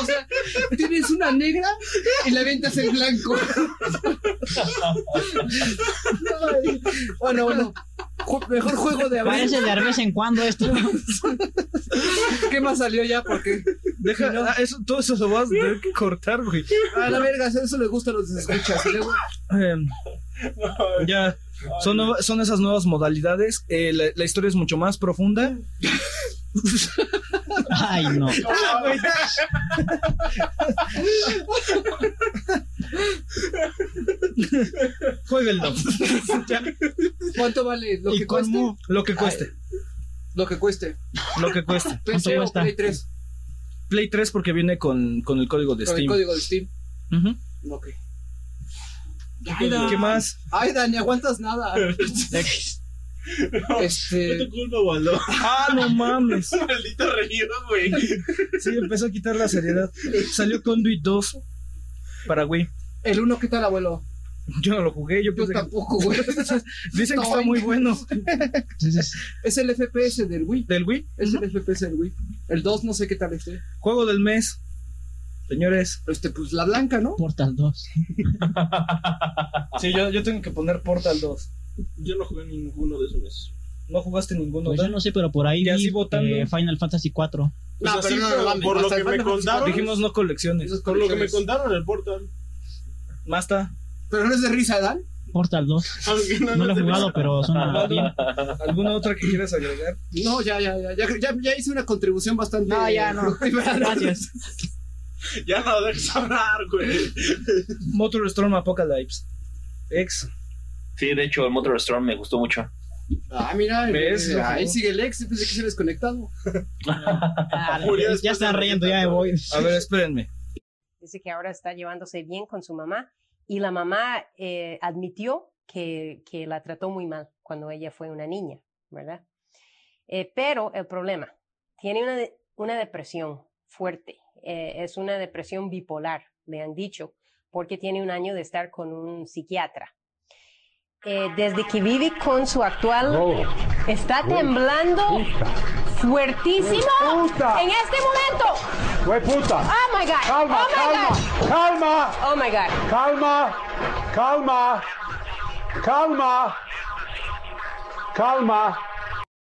O sea, tienes una negra y la ventas en blanco. Ay, Bueno, bueno. Ju- Mejor juego de abril. Parece de vez en cuando esto. ¿Qué más salió ya? Porque Deja, No. ah, eso, todo eso lo vas a tener que cortar, güey. A la verga, eso le gusta a los escuchas. Y luego, Em, ya, son, nueva- son esas nuevas modalidades. Eh, la, la historia es mucho más profunda. Ay, no. Ah, Jueguenlo. *laughs* Ya, ¿cuánto vale lo ¿Y que con cueste? Move? lo que cueste. Lo que cueste. Lo que cueste. PC o cuesta? Play 3. Play 3 porque viene con, con el código de Con el Steam. código de Steam. Ujú. Ok. ¿Qué más? Ay, Dani, aguantas *laughs* nada. No Este. te culpo, Waldo. *laughs* Ah, no mames. Maldito reído, güey. Sí, empezó a quitar la seriedad. Salió Conduit 2 para Wii. El 1, ¿qué tal, abuelo? Yo no lo jugué, yo Yo pensé Pues que- tampoco, güey. *laughs* Dicen que está muy bueno. Es el FPS del Wii. ¿Del Wii? Es el FPS del Wii. El 2, no sé qué tal esté. Juego del mes. Señores. Este, pues la blanca, ¿no? Portal 2. Sí, yo, yo tengo que poner Portal 2. Yo no jugué ninguno de esos meses. No jugaste ninguno, Pues ¿verdad? yo no sé, pero por ahí Ya vi sí votando. eh, Final Fantasy 4. Pues No, así, pero no, pero no, no, por no, lo hasta que el me Final Fantasy contaron, Dijimos no colecciones. Esas por lo que me colecciones. contaron el portal. Basta. Pero no es de risa, Dan. Portal 2. Aunque no, No lo he te- jugado, pero suena bien. ¿Alguna otra que quieras agregar? No, ya, ya, ya, ya, ya, ya hice una contribución bastante. No, ya, *laughs* no. fructífera. Gracias. Ya no dejes hablar, güey. Motor Storm Apocalypse. Ex. Sí, de hecho, el Motor Storm me gustó mucho. Ah, mira, ¿Ves? eh, Lo ahí jugó. sigue el ex, pensé que se desconectado. ya están riendo, ya me voy. A ver, espérenme. Dice que ahora está llevándose bien con su mamá y la mamá eh, admitió que, que la trató muy mal cuando ella fue una niña, ¿verdad? Eh, pero el problema, tiene una, de- una depresión fuerte, eh, es una depresión bipolar, le han dicho, porque tiene un año de estar con un psiquiatra. Eh, desde que vive con su actual, está temblando fuertísimo en este momento. Oh my god. oh my god. Oh my god. Calma, calma, calma, calma.